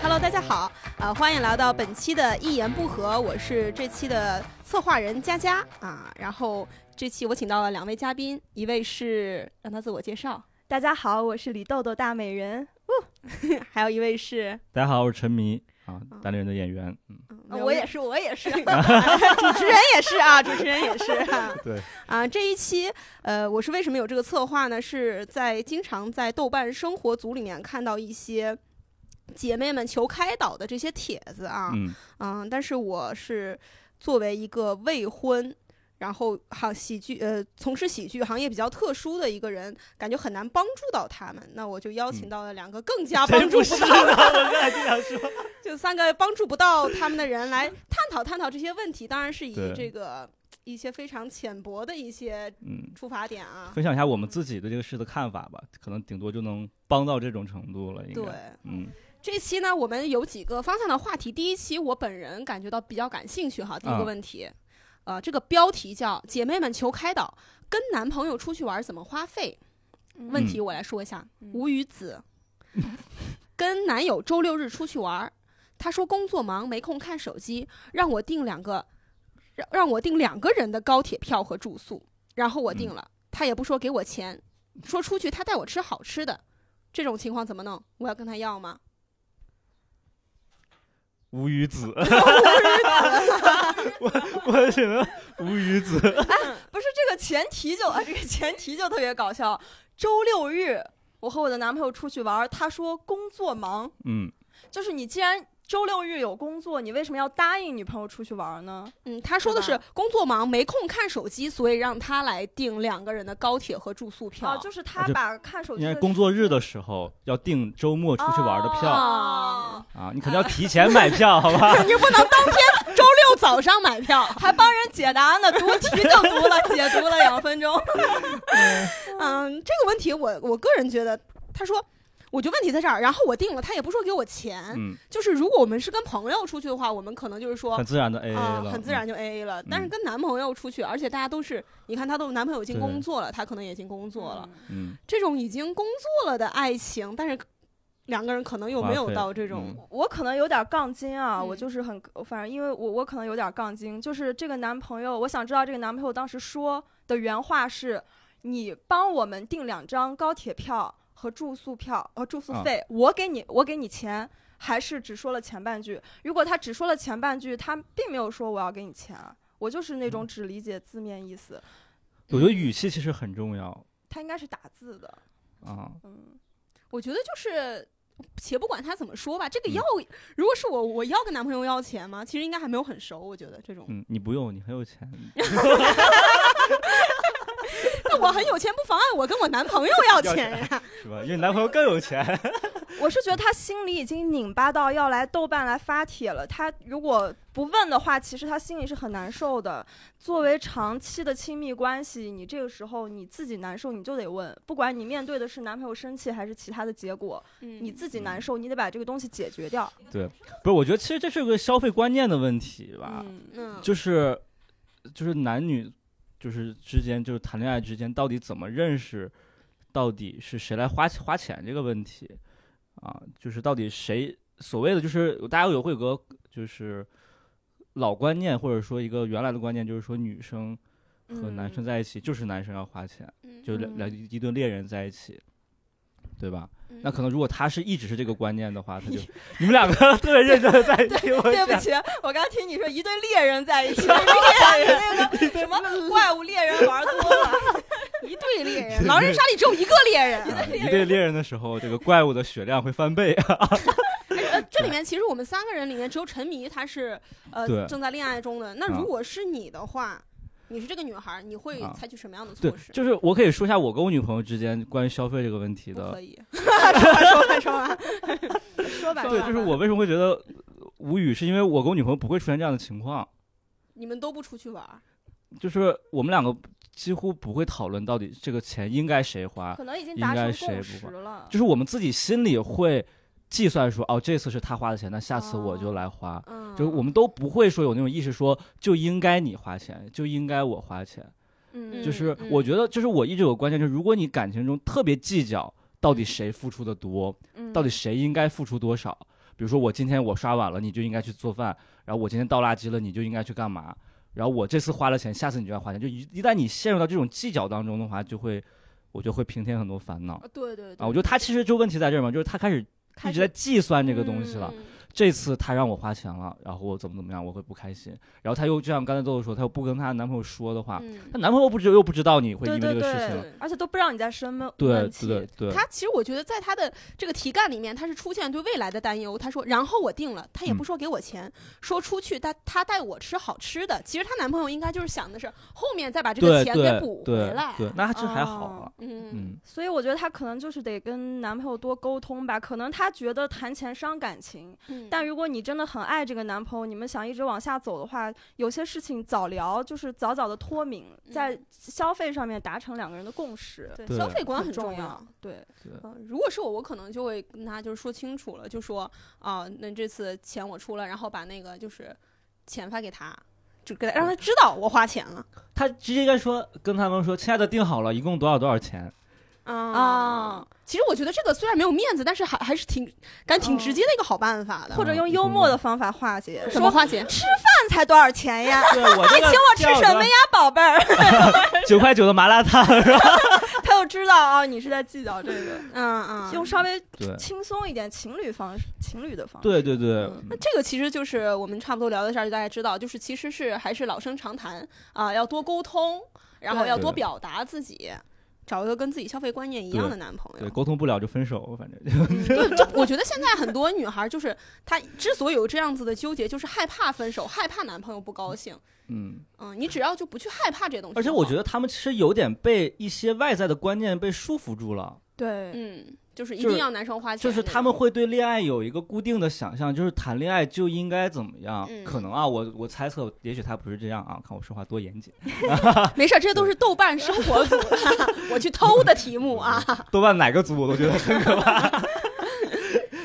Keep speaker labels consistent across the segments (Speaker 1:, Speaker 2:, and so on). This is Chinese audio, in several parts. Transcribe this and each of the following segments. Speaker 1: Hello，大家好，呃，欢迎来到本期的一言不合，我是这期的策划人佳佳啊。然后这期我请到了两位嘉宾，一位是让他自我介绍，
Speaker 2: 大家好，我是李豆豆大美人，
Speaker 1: 还有一位是
Speaker 3: 大家好，我是陈迷啊，单立人的演 员。嗯，
Speaker 1: 嗯
Speaker 2: 是，我也是
Speaker 1: 主持人也是啊，主持人也是、啊。
Speaker 3: 对
Speaker 1: 啊，这一期呃，我是为什么有这个策划呢？是在经常在豆瓣生活组里面看到一些姐妹们求开导的这些帖子啊，
Speaker 3: 嗯，
Speaker 1: 嗯，但是我是作为一个未婚，然后行喜剧呃从事喜剧行业比较特殊的一个人，感觉很难帮助到他们。那我就邀请
Speaker 3: 嗯
Speaker 1: 到了两个更 加帮
Speaker 3: 真
Speaker 1: 助
Speaker 3: 不
Speaker 1: 不
Speaker 3: 是
Speaker 1: 到，
Speaker 3: 的，我刚才就想说，
Speaker 1: 就三个帮助不到他们的人来探讨探讨这些问题，当然是以
Speaker 3: 对
Speaker 1: 这个一些非常浅薄的一些
Speaker 3: 嗯，
Speaker 1: 出发点啊。
Speaker 3: 分享一下我们自己对这个事的看法吧，可能顶多就能帮到这种程度了，应
Speaker 1: 对，
Speaker 3: 该。嗯，
Speaker 1: 这期呢，我们有几个方向的话题。第一期我本人感觉到比较感兴趣哈，第一个
Speaker 3: 啊
Speaker 1: 问题，呃，这个标题叫“姐妹们求开导”，跟男朋友出去玩怎么花费？问题我来说一下，
Speaker 2: 嗯
Speaker 1: 吴雨子、跟男友周六日出去玩，他说工作忙没空看手机，让我订两个，让让我订两个人的高铁票和住宿，然后我订了，他也不说给我钱，说出去他带我吃好吃的，这种情况怎么弄？我要跟他要吗？
Speaker 3: 无 语子， 我我只能无语子。
Speaker 2: 不是这个前提就 啊，这个前提就特别搞笑。周六日，我和我的男朋友出去玩，他说工作忙，
Speaker 3: 嗯，
Speaker 2: 就是你既然周六日有工作，你为什么要答应女朋友出去玩呢？
Speaker 1: 嗯，他说的
Speaker 2: 对
Speaker 1: 是
Speaker 2: 吧
Speaker 1: 工作忙没空看手机，所以让他来订两个人的高铁和住宿票。
Speaker 2: 啊，就是他
Speaker 3: 啊就
Speaker 2: 把看手机
Speaker 3: 应该
Speaker 2: 的啊
Speaker 3: 工作日的时候要订周末出去玩的票
Speaker 2: 哦
Speaker 3: 啊，你肯定要提前买票，好 吧？
Speaker 1: 你不能当天周六早上买 票。
Speaker 2: 还帮人解答呢，读题就读了，解读了两分 钟。
Speaker 1: 嗯，这个问题我我个人觉得，他说。我觉得问题在这儿，然后我订了，他也不说给我钱，
Speaker 3: 嗯，
Speaker 1: 就是如果我们是跟朋友出去的话，我们可能就是说
Speaker 3: 很自然哎的 A A
Speaker 1: 啊、
Speaker 3: 了，
Speaker 1: 很自然就 A A 了。
Speaker 3: 嗯
Speaker 1: 但是跟男朋友出去，而且大家都是，你看她都男朋友已经
Speaker 3: 对
Speaker 1: 工作了，她可能也已经工作了，
Speaker 3: 嗯。
Speaker 1: 这种已经工作了的爱情，但是两个人可能又没
Speaker 3: 花
Speaker 1: 有
Speaker 3: 费
Speaker 1: 到这种，
Speaker 3: 嗯
Speaker 2: 我可能有点杠精啊，
Speaker 1: 嗯
Speaker 2: 我就是很，反正因为我我可能有点杠精，就是这个男朋友，我想知道这个男朋友当时说的原话是：“你帮我们订两张高铁票和住宿票，呃，住宿费，我给你，我给你钱。”还是只说了前半句。如果他只说了前半句，他并没有说我要给你钱啊，我就是那种只理解字面意思。
Speaker 3: 我觉得语气其实很重要
Speaker 2: 他应该是打字的，
Speaker 3: 啊，
Speaker 2: 嗯，
Speaker 1: 我觉得就是，且不管他怎么说吧，这个
Speaker 3: 嗯
Speaker 1: 要、如果是我，我要跟男朋友要钱吗？其实应该还没有很熟，我觉得这种。
Speaker 3: 嗯，你不用，你很有钱，
Speaker 1: 但我很有钱，不妨碍我跟我男朋友要钱呀。
Speaker 3: 是吧？因为男朋友更有钱，
Speaker 2: 我是觉得他心里已经拧巴到要来豆瓣来发帖了。他如果不问的话，其实他心里是很难受的。作为长期的亲密关系，你这个时候你自己难受，你就得问，不管你面对的是男朋友生气还是其他的结果，
Speaker 1: 嗯
Speaker 2: 你自己难受，你得把这个东西解决掉。
Speaker 3: 不是，我觉得其实这是个消费观念的问题吧，
Speaker 2: 嗯，
Speaker 1: 嗯，
Speaker 3: 就是就是男女就是之间就是谈恋爱之间到底怎么认识，到底是谁来花花钱这个问题啊，就是到底谁所谓的就是大家有会有个就是老观念或者说一个原来的观念，就是说女生
Speaker 2: 嗯
Speaker 3: 和男生在一起就是男生要花钱，就两两一对恋人在一起。对吧？
Speaker 2: 嗯
Speaker 3: 那可能如果他是一直是这个观念的话，他就 你们两个特别认真的在听我
Speaker 2: 对
Speaker 3: 讲
Speaker 2: 不， 起，我刚听你说一对猎人在 一起，猎人那 个嗯什 么怪物猎人玩多了，
Speaker 1: 一对猎人， 狼人杀里只有一个猎人。
Speaker 3: 啊一对猎人的时候，这个怪物的血量会翻 倍啊！
Speaker 1: 呃这里面其实我们三个人里面只有沉迷他是呃
Speaker 3: 对
Speaker 1: 正在恋爱中的。那
Speaker 3: 啊
Speaker 1: 如果是你的话，你是这个女孩，你会
Speaker 3: 啊
Speaker 1: 采取什么样的
Speaker 3: 对
Speaker 1: 措，施？
Speaker 3: 就是我可以说一下我跟我女朋友之间关于消费这个问题
Speaker 1: 不可
Speaker 3: 的。
Speaker 1: 以，说吧说吧
Speaker 2: 说 吧，
Speaker 1: 对
Speaker 3: 对，
Speaker 1: 吧
Speaker 3: 就是我为什么会觉得呃无语，是因为我跟我女朋友不会出现这样的情况，
Speaker 1: 你们都不出去玩儿，
Speaker 3: 就是我们两个几乎不会讨论到底这个钱应该谁花，
Speaker 2: 可能已经
Speaker 3: 应
Speaker 2: 达
Speaker 3: 该
Speaker 2: 成
Speaker 3: 谁
Speaker 2: 共
Speaker 3: 不
Speaker 2: 识了
Speaker 3: 就。是我们自己心里会计算说，哦，这次是她花的钱，那下次
Speaker 2: 哦
Speaker 3: 我就来花。
Speaker 1: 嗯，
Speaker 3: 就是我们都不会说有那种意识说就应该你花钱，就应该我花钱。
Speaker 2: 嗯，
Speaker 3: 就是
Speaker 1: 嗯
Speaker 3: 我觉得，就是我一直有个观念，就是如果你感情中特别计较到底谁付出的多，
Speaker 2: 嗯
Speaker 3: 到底谁应该付出多少，比比如说我今天我刷碗了，你就应该去做饭；然后我今天倒垃圾了，你就应该去干嘛；然后我这次花了钱，下次你就要花钱。就一一旦你陷入到这种计较当中的话，就会我就会平添很多烦恼
Speaker 1: 啊对对对，
Speaker 3: 啊。我觉得他其实就问题在这儿嘛，就是他开始
Speaker 1: 开
Speaker 3: 一直
Speaker 1: 始
Speaker 3: 在计算这个东西了。
Speaker 1: 嗯
Speaker 3: 这次他让我花钱了，然后我怎么怎么样，我会不开心。然后他又就像刚才豆豆说，他又不跟她男朋友说的话，她、
Speaker 1: 嗯，
Speaker 3: 男朋友不知又不知道你会因
Speaker 2: 对
Speaker 3: 为这
Speaker 2: 对
Speaker 3: 个
Speaker 2: 对
Speaker 3: 事情了，
Speaker 1: 了
Speaker 2: 而且都不让你再生闷
Speaker 3: 对
Speaker 2: 闷气
Speaker 3: 对嗯对，
Speaker 1: 他其实我觉得在他的这个题干里面，他是出现对未来的担忧。他说，然后我定了，他也
Speaker 3: 嗯
Speaker 1: 不说给我钱，说出去他他带我吃好吃的。其实她男朋友应该就是想的是后面再把这个
Speaker 3: 对
Speaker 1: 钱
Speaker 3: 对
Speaker 1: 给补
Speaker 3: 对
Speaker 1: 回来。
Speaker 3: 对，嗯那还这还好啊，
Speaker 1: 嗯
Speaker 3: 嗯，
Speaker 2: 所以我觉得她可能就是得跟男朋友多沟通吧，可能她觉得谈钱伤感情，
Speaker 1: 嗯
Speaker 2: 但如果你真的很爱这个男朋友，你们想一直往下走的话，有些事情早聊就是早早的脱敏，在消费上面达成两个人的共识，
Speaker 1: 嗯对
Speaker 3: 对
Speaker 1: 消费观
Speaker 2: 很
Speaker 1: 很重
Speaker 2: 要
Speaker 1: 要。。
Speaker 3: 啊
Speaker 2: 对，
Speaker 1: 嗯，如果是我，我可能就会跟他就是说清楚了，就说啊、那这次钱我出了，然后把那个就是钱发给他，就给他让他知道我花钱了
Speaker 3: 他直接应该说跟他们说，亲爱的，定好了，一共多少多少钱，
Speaker 1: 啊
Speaker 2: 啊
Speaker 1: 其实我觉得这个虽然没有面子，但是还还是挺感觉
Speaker 3: 哦
Speaker 1: 挺直接的一个好办法的。
Speaker 2: 或者用幽默的方法化解，
Speaker 1: 怎么
Speaker 2: 说
Speaker 1: 化解？
Speaker 2: 饭才多少钱 呀？
Speaker 3: 对我这个
Speaker 2: 请我吃什么呀，宝贝儿？
Speaker 3: 九块九的麻辣烫是吧？
Speaker 2: 他就知道啊，你是在计较这个，
Speaker 1: 嗯嗯，
Speaker 2: 用稍微
Speaker 3: 对
Speaker 2: 轻松一点情侣方式，情侣的方式。
Speaker 3: 对对对，
Speaker 2: 嗯
Speaker 1: 那这个其实就是我们差不多聊到这儿，就大家知道，就是其实是还是老生常谈啊、要多沟通，然后
Speaker 2: 对
Speaker 1: 要多
Speaker 3: 对
Speaker 1: 表达自己，找一个跟自己消费观念一样
Speaker 3: 对
Speaker 1: 的男朋友嗯
Speaker 3: 对，。沟通不了就分手，反正
Speaker 1: 对，就我觉得现在很多女孩儿就是她之所以有这样子的纠结，就是害怕分手，害怕男朋友不高兴。
Speaker 3: 嗯。
Speaker 1: 嗯，你只要就不去害怕这东西就好。
Speaker 3: 而且我觉
Speaker 1: 得，
Speaker 3: 得他们其实有点被一些外在的观念被束缚住了，
Speaker 2: 对
Speaker 1: 嗯，就是一
Speaker 3: 就是
Speaker 1: 定要男生花钱
Speaker 3: 就
Speaker 1: 那种，
Speaker 3: 是他们会对恋爱有一个固定的想象，就是谈恋爱就应该怎么样。
Speaker 1: 嗯
Speaker 3: 可能啊，我我猜测，也许他不是这样啊。看我说话多严谨，
Speaker 1: 没事儿，这些都是豆瓣生活 组我去偷的题目啊。
Speaker 3: 多半哪个组我都觉得很可怕。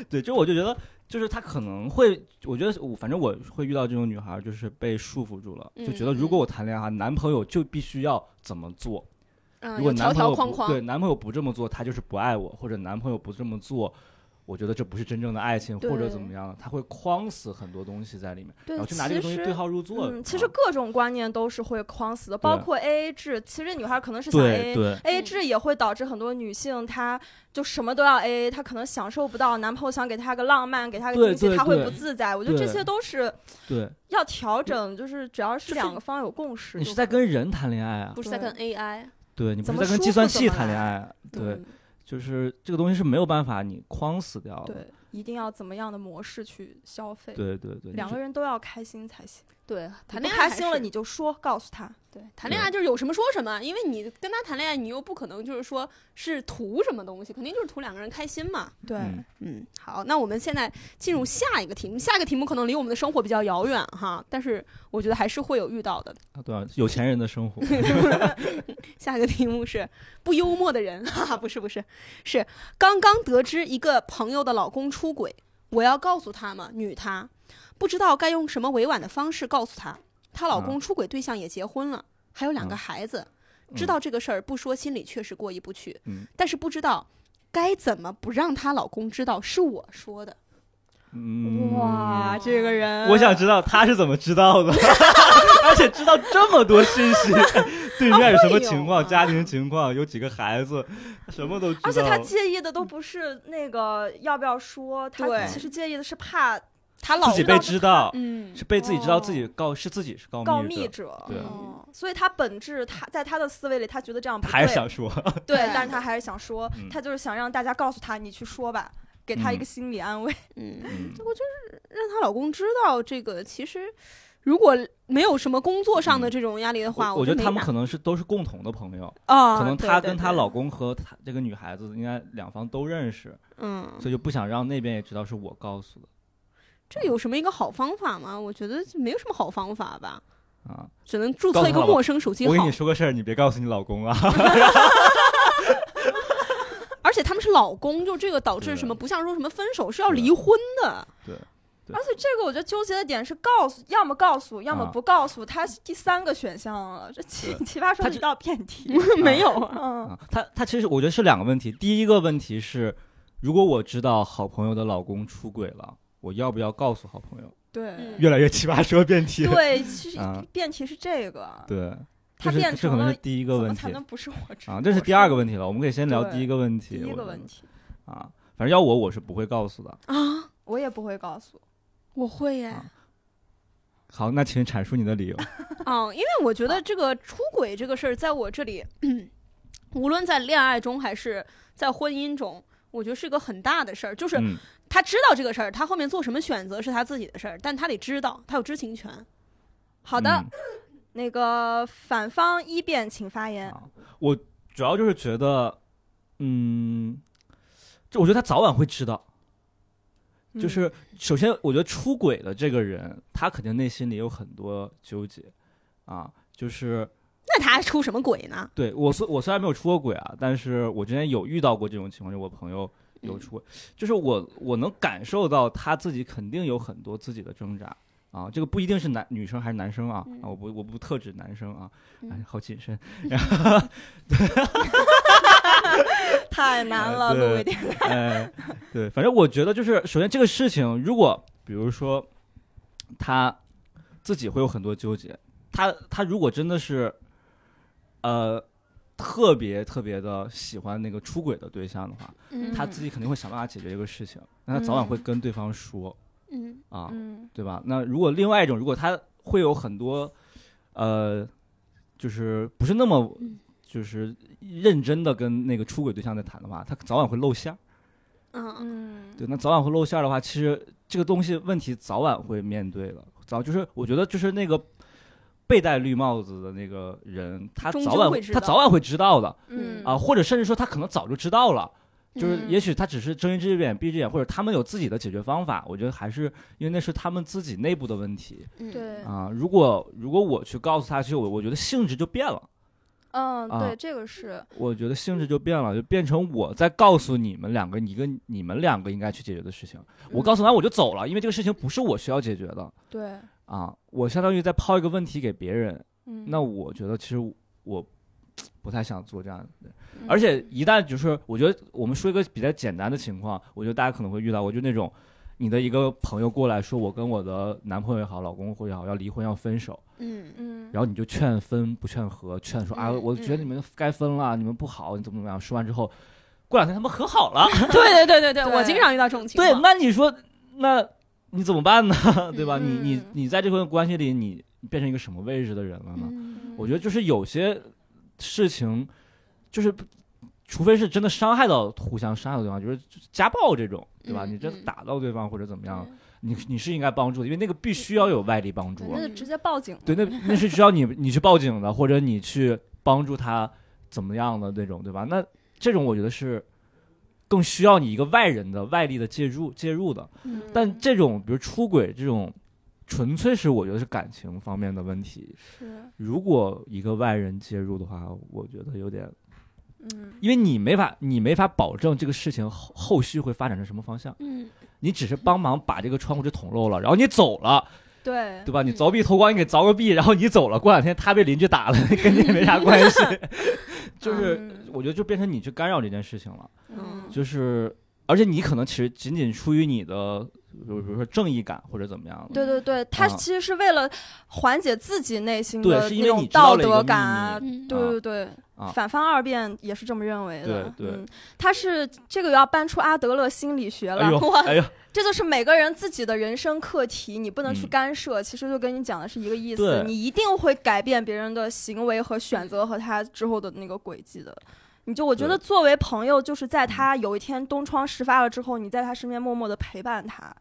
Speaker 3: 对，就我就觉得，就是他可能会，我觉得我反正我会遇到这种女孩，就是被束缚住了，就觉得如果我谈恋爱啊，男朋友就必须要怎么做，
Speaker 1: 嗯，
Speaker 3: 如果
Speaker 1: 有
Speaker 3: 男
Speaker 1: 条条
Speaker 3: 朋友不
Speaker 1: 框框，
Speaker 3: 对男朋友不这么做，他就是不爱我，或者男朋友不这么做，我觉得这不是真正的爱情，
Speaker 2: 对
Speaker 3: 或者怎么样，他会框死很多东西在里面，
Speaker 2: 对
Speaker 3: 然后去拿这个东西
Speaker 2: 其实
Speaker 3: 对号入座。
Speaker 2: 嗯，其实
Speaker 3: 啊
Speaker 2: 各种观念都是会框死的，包
Speaker 3: 对
Speaker 2: 括 AA 制。其实女孩可能是想
Speaker 3: 对
Speaker 2: AA。
Speaker 3: 对
Speaker 2: A A 制也会导致很多女性，她就什么都要 A A，她可能享受不到男朋友想给她个浪漫，给她个
Speaker 3: 对
Speaker 2: 惊喜，
Speaker 3: 对
Speaker 2: 她会
Speaker 3: 对
Speaker 2: 不自在。我觉得这
Speaker 3: 对
Speaker 2: 些都是
Speaker 3: 对，
Speaker 2: 要调整，就是只要
Speaker 3: 就是
Speaker 2: 是两个方有共识就
Speaker 3: 你
Speaker 2: 好，
Speaker 3: 是在跟人谈恋爱啊
Speaker 1: 不，是在
Speaker 2: 对
Speaker 1: 跟 AI。
Speaker 3: 对你不
Speaker 2: 怎
Speaker 3: 是
Speaker 2: 么
Speaker 3: 在跟
Speaker 2: 舒
Speaker 3: 计
Speaker 2: 服
Speaker 3: 算
Speaker 2: 怎
Speaker 3: 器
Speaker 2: 么
Speaker 3: 谈恋
Speaker 2: 来
Speaker 3: 爱啊，对
Speaker 2: 嗯，
Speaker 3: 就是这个东西是没有办法你框死掉的。
Speaker 2: 对，一定要怎么样的模式去消费，
Speaker 3: 对对对，
Speaker 2: 两
Speaker 3: 你
Speaker 2: 个
Speaker 3: 是
Speaker 2: 人都要开心才行。
Speaker 1: 对，谈
Speaker 2: 你
Speaker 1: 恋
Speaker 2: 不
Speaker 1: 爱
Speaker 2: 开
Speaker 1: 还
Speaker 2: 心了
Speaker 1: 是
Speaker 2: 你就说，告诉他。
Speaker 1: 对谈恋爱就是有什么说什么，因为你跟他谈恋爱，你又不可能就是说是图什么东西，肯定就是图两个人开心嘛。
Speaker 2: 对，
Speaker 3: 嗯
Speaker 1: 嗯，好，那我们现在进入下一个题目，下一个题目可能离我们的生活比较遥远哈，但是我觉得还是会有遇到的。
Speaker 3: 啊对啊，有钱人的生 活，
Speaker 1: 下一个题目是不幽默的人，哈哈，不是不是，是刚刚得知一个朋友的老公出轨，我要告诉他吗？女他不知道该用什么委婉的方式告诉他，她老公出轨对象也结婚了，还有两个
Speaker 3: 啊嗯
Speaker 1: 孩子，知道这个事儿不说心里确实过意不去，
Speaker 3: 嗯
Speaker 1: 但是不知道该怎么不让她老公知道是我说的。
Speaker 3: 嗯，
Speaker 2: 哇，这个人，
Speaker 3: 我想知道他是怎么知道的， 而且知道这么多信息，对面有什么情
Speaker 1: 啊会有啊
Speaker 3: 况、家庭情况，有几个孩子，什么都知道。
Speaker 2: 而且他介意的都不是那个要不要说，他
Speaker 1: 对
Speaker 2: 其实介意的是怕
Speaker 1: 她老
Speaker 3: 自己被知道，
Speaker 1: 嗯
Speaker 3: 是被自己知
Speaker 2: 哦
Speaker 3: 道自己告是自己是告
Speaker 2: 告
Speaker 3: 密
Speaker 2: 密
Speaker 3: 者，
Speaker 2: 者。
Speaker 3: 对
Speaker 2: 嗯所以他本质他在他的思维里，他觉得这样不
Speaker 3: 他还是
Speaker 2: 对，
Speaker 3: 想 说，
Speaker 2: 对，
Speaker 1: 对
Speaker 2: 但是他还是想说，
Speaker 3: 嗯
Speaker 2: 他就是想让大家告诉他，你去说吧，给他一个心理安慰。
Speaker 1: 嗯，
Speaker 3: 嗯
Speaker 1: 让她老公知道这个，其实如果没有什么工作上的
Speaker 3: 嗯
Speaker 1: 这种压力的话，
Speaker 3: 我觉
Speaker 1: 觉
Speaker 3: 得
Speaker 1: 没
Speaker 3: 他们
Speaker 1: 啥
Speaker 3: 可能是都是共同的朋友，
Speaker 1: 啊，
Speaker 3: 可能
Speaker 1: 对
Speaker 3: 她
Speaker 1: 对
Speaker 3: 跟
Speaker 1: 对
Speaker 3: 她老公和她这个女孩子应该两方都认识，
Speaker 1: 嗯，
Speaker 3: 所以就不想让那边也知道是我告诉的
Speaker 1: 这有什么一个好方法吗？我觉得就没有什么好方法吧，
Speaker 3: 啊。
Speaker 1: 只能注
Speaker 3: 告
Speaker 1: 册
Speaker 3: 诉
Speaker 1: 一
Speaker 3: 他
Speaker 1: 个
Speaker 3: 老婆
Speaker 1: 陌生手机
Speaker 3: 我跟
Speaker 1: 号
Speaker 3: 你，说个事儿，你别告诉你老公 啊。
Speaker 1: 而且他们是老公，就这个导致
Speaker 3: 对
Speaker 1: 什么？不像说什么分手是要
Speaker 3: 对
Speaker 1: 离婚的，
Speaker 3: 啊对
Speaker 2: 而且这个我觉得纠结的点是告诉，要么告诉，要么
Speaker 3: 啊
Speaker 2: 不告诉，他是第三个选项了。这奇奇葩说
Speaker 3: 他
Speaker 2: 的
Speaker 3: 就
Speaker 2: 一道辩题。
Speaker 1: 没有啊，
Speaker 2: 嗯，
Speaker 3: 啊，他他其实我觉得是两个问题。第一个问题是，如果我知道好朋友的老公出轨了，我要不要告诉好朋友？
Speaker 2: 对
Speaker 3: 越来越奇葩说辩题，
Speaker 2: 对，其实
Speaker 3: 啊
Speaker 2: 辩题是这个，
Speaker 3: 对，
Speaker 2: 它
Speaker 3: 这是
Speaker 2: 变
Speaker 3: 这
Speaker 2: 成
Speaker 3: 可能
Speaker 2: 了
Speaker 3: 是第一
Speaker 2: 怎
Speaker 3: 个
Speaker 2: 么
Speaker 3: 问
Speaker 2: 才
Speaker 3: 题
Speaker 2: 能不是我知
Speaker 3: 啊，这是
Speaker 2: 我
Speaker 3: 第二
Speaker 2: 说
Speaker 3: 个问题了。我们可以先聊
Speaker 2: 对
Speaker 3: 第一个问题，
Speaker 2: 第一
Speaker 3: 我
Speaker 2: 个
Speaker 3: 觉
Speaker 2: 问
Speaker 3: 得
Speaker 2: 题，
Speaker 3: 啊，反正要我我是不会告诉的。
Speaker 1: 啊，
Speaker 2: 我也不会告诉。
Speaker 1: 我会耶。
Speaker 3: 啊好，那请阐述你的理由。
Speaker 1: 哦，因为我觉得这个出轨这个事儿，在我这里， 无论在恋爱中还是在婚姻中，我觉得是个很大的事儿。就是
Speaker 3: 嗯，
Speaker 1: 他知道这个事儿，他后面做什么选择是他自己的事儿，但他得知道，他有知情权。
Speaker 2: 好的，
Speaker 3: 嗯
Speaker 2: 那个反方一辩请发言。
Speaker 3: 啊我主要就是觉得，嗯，就我觉得他早晚会知道。就
Speaker 2: 嗯
Speaker 3: 是首先，我觉得出轨的这个人，他肯定内心里有很多纠结啊。就是
Speaker 1: 那他还出什么轨呢？
Speaker 3: 对我虽我虽然没有出过轨啊，但是我之前有遇到过这种情况，就我朋友有出轨，就是我我能感受到他自己肯定有很多自己的挣扎啊。这个不一定是男女生还是男生啊，
Speaker 1: 嗯
Speaker 3: 啊我不我不特指男生啊，哎
Speaker 1: 嗯，
Speaker 3: 好谨慎。
Speaker 2: 太难了，
Speaker 3: 对
Speaker 2: 录一点。
Speaker 3: 哎，对，反正我觉得就是，首先这个事情，如果比如说他自己会有很多纠结，他他如果真的是呃特别特别的喜欢那个出轨的对象的话，
Speaker 1: 嗯
Speaker 3: 他自己肯定会想办法解决这个事情，那他早晚会跟对方说
Speaker 1: 嗯
Speaker 3: 啊，
Speaker 2: 嗯
Speaker 3: 对吧？那如果另外一种，如果他会有很多呃，就是不是那么
Speaker 1: 嗯
Speaker 3: 就是认真的跟那个出轨对象在谈的话，他早晚会露馅儿。
Speaker 1: 嗯
Speaker 2: 嗯，
Speaker 3: 啊对，那早晚会露馅儿的话，其实这个东西问题早晚会面对的。早就是我觉得就是那个被戴绿帽子的那个人，他
Speaker 1: 终
Speaker 3: 早
Speaker 1: 究
Speaker 3: 晚
Speaker 1: 会知
Speaker 3: 他
Speaker 1: 道
Speaker 3: 早晚会知道的
Speaker 2: 嗯
Speaker 3: 啊，或者甚至说他可能早就知道了。就是
Speaker 2: 嗯
Speaker 3: 也许他只是睁一只眼闭一只眼，或者他们有自己的解决方法。我觉得还是因为那是他们自己内部的问题
Speaker 1: 嗯，
Speaker 2: 对，
Speaker 3: 啊。如果如果我去告诉他，其实我我觉得性质就变了，
Speaker 2: 嗯，
Speaker 3: 啊
Speaker 2: 对，这个是
Speaker 3: 我觉得性质就变了，就变成我在告诉你们两个，你跟你们两个应该去解决的事情。
Speaker 2: 嗯
Speaker 3: 我告诉完我就走了，因为这个事情不是我需要解决的
Speaker 2: 对，
Speaker 3: 啊，我相当于在抛一个问题给别人。
Speaker 2: 嗯，
Speaker 3: 那我觉得其实我不太想做这样的，
Speaker 2: 嗯
Speaker 3: 而且一旦就是我觉得我们说一个比较简单的情况，我觉得大家可能会遇到过，就那种你的一个朋友过来说，我跟我的男朋友也好，老公或也好要离婚要分手，
Speaker 1: 嗯
Speaker 2: 嗯，
Speaker 3: 然后你就劝分不劝和，劝说啊，
Speaker 1: 嗯
Speaker 3: 我觉得
Speaker 1: 嗯
Speaker 3: 你们该分了，你们不好，你怎么怎么样，说完之后，过两天他们和好 了。
Speaker 1: 对对对对对，
Speaker 2: 对
Speaker 1: 我经常遇到这种情
Speaker 3: 对，
Speaker 1: 况。
Speaker 3: 那你说，那你怎么办呢？ 对吧？你你
Speaker 2: 嗯
Speaker 3: 你在这份关系里，你变成一个什么位置的人了呢？
Speaker 1: 嗯
Speaker 3: 我觉得就是有些事情，就是除非是真的伤害到互相伤害到对方，就是家暴这种，对吧？
Speaker 1: 嗯
Speaker 3: 你真的
Speaker 1: 嗯
Speaker 3: 打到对方或者怎么样，
Speaker 2: 对
Speaker 3: 你你是应该帮助的，因为那个必须要有外力帮助
Speaker 2: 那
Speaker 3: 啊。
Speaker 2: 就直接报警。
Speaker 3: 对，那那是需要你你去报警的，或者你去帮助他怎么样的那种，对吧？那这种我觉得是更需要你一个外人的外力的介入介入的。
Speaker 2: 嗯
Speaker 3: 但这种比如出轨这种，纯粹是我觉得是感情方面的问题。
Speaker 2: 是，
Speaker 3: 如果一个外人介入的话，我觉得有点，
Speaker 2: 嗯
Speaker 3: 因为你没法你没法保证这个事情后后续会发展成什么方向，
Speaker 1: 嗯
Speaker 3: 你只是帮忙把这个窗户纸捅漏了，然后你走了，
Speaker 2: 对
Speaker 3: 对吧？你
Speaker 1: 嗯
Speaker 3: 凿壁偷光，你给凿个壁，然后你走了，过两天他被邻居打了，跟你也没啥关系。 就是
Speaker 2: 嗯
Speaker 3: 我觉得就变成你去干扰这件事情了，
Speaker 2: 嗯
Speaker 3: 就是而且你可能其实仅仅出于你的，比如比如说正义感或者怎么样的。
Speaker 2: 对对对，他
Speaker 3: 啊
Speaker 2: 其实是为了缓解自己内心
Speaker 3: 对
Speaker 2: 的
Speaker 3: 是因
Speaker 2: 那
Speaker 3: 为
Speaker 2: 种
Speaker 3: 你知道
Speaker 2: 道
Speaker 3: 了一个
Speaker 2: 德
Speaker 3: 秘
Speaker 2: 感
Speaker 3: 密
Speaker 2: 啊，
Speaker 1: 嗯
Speaker 3: 啊
Speaker 2: 对对对，
Speaker 3: 啊
Speaker 2: 反方二辩也是这么认为的。
Speaker 3: 对对
Speaker 2: 嗯，他是这个要搬出阿德勒心理学了，
Speaker 3: 哎呦，
Speaker 1: 我
Speaker 3: 哎呦，
Speaker 2: 这就是每个人自己的人生课题，你不能去
Speaker 3: 嗯
Speaker 2: 干涉。其实就跟你讲的是一个意
Speaker 3: 对
Speaker 2: 思，你一定会改变别人的行为和选择和他之后的那个轨迹的。你就我觉得
Speaker 3: 对
Speaker 2: 作为朋友，就是在他有一天东窗事发了之后，你在他身边默默的陪伴他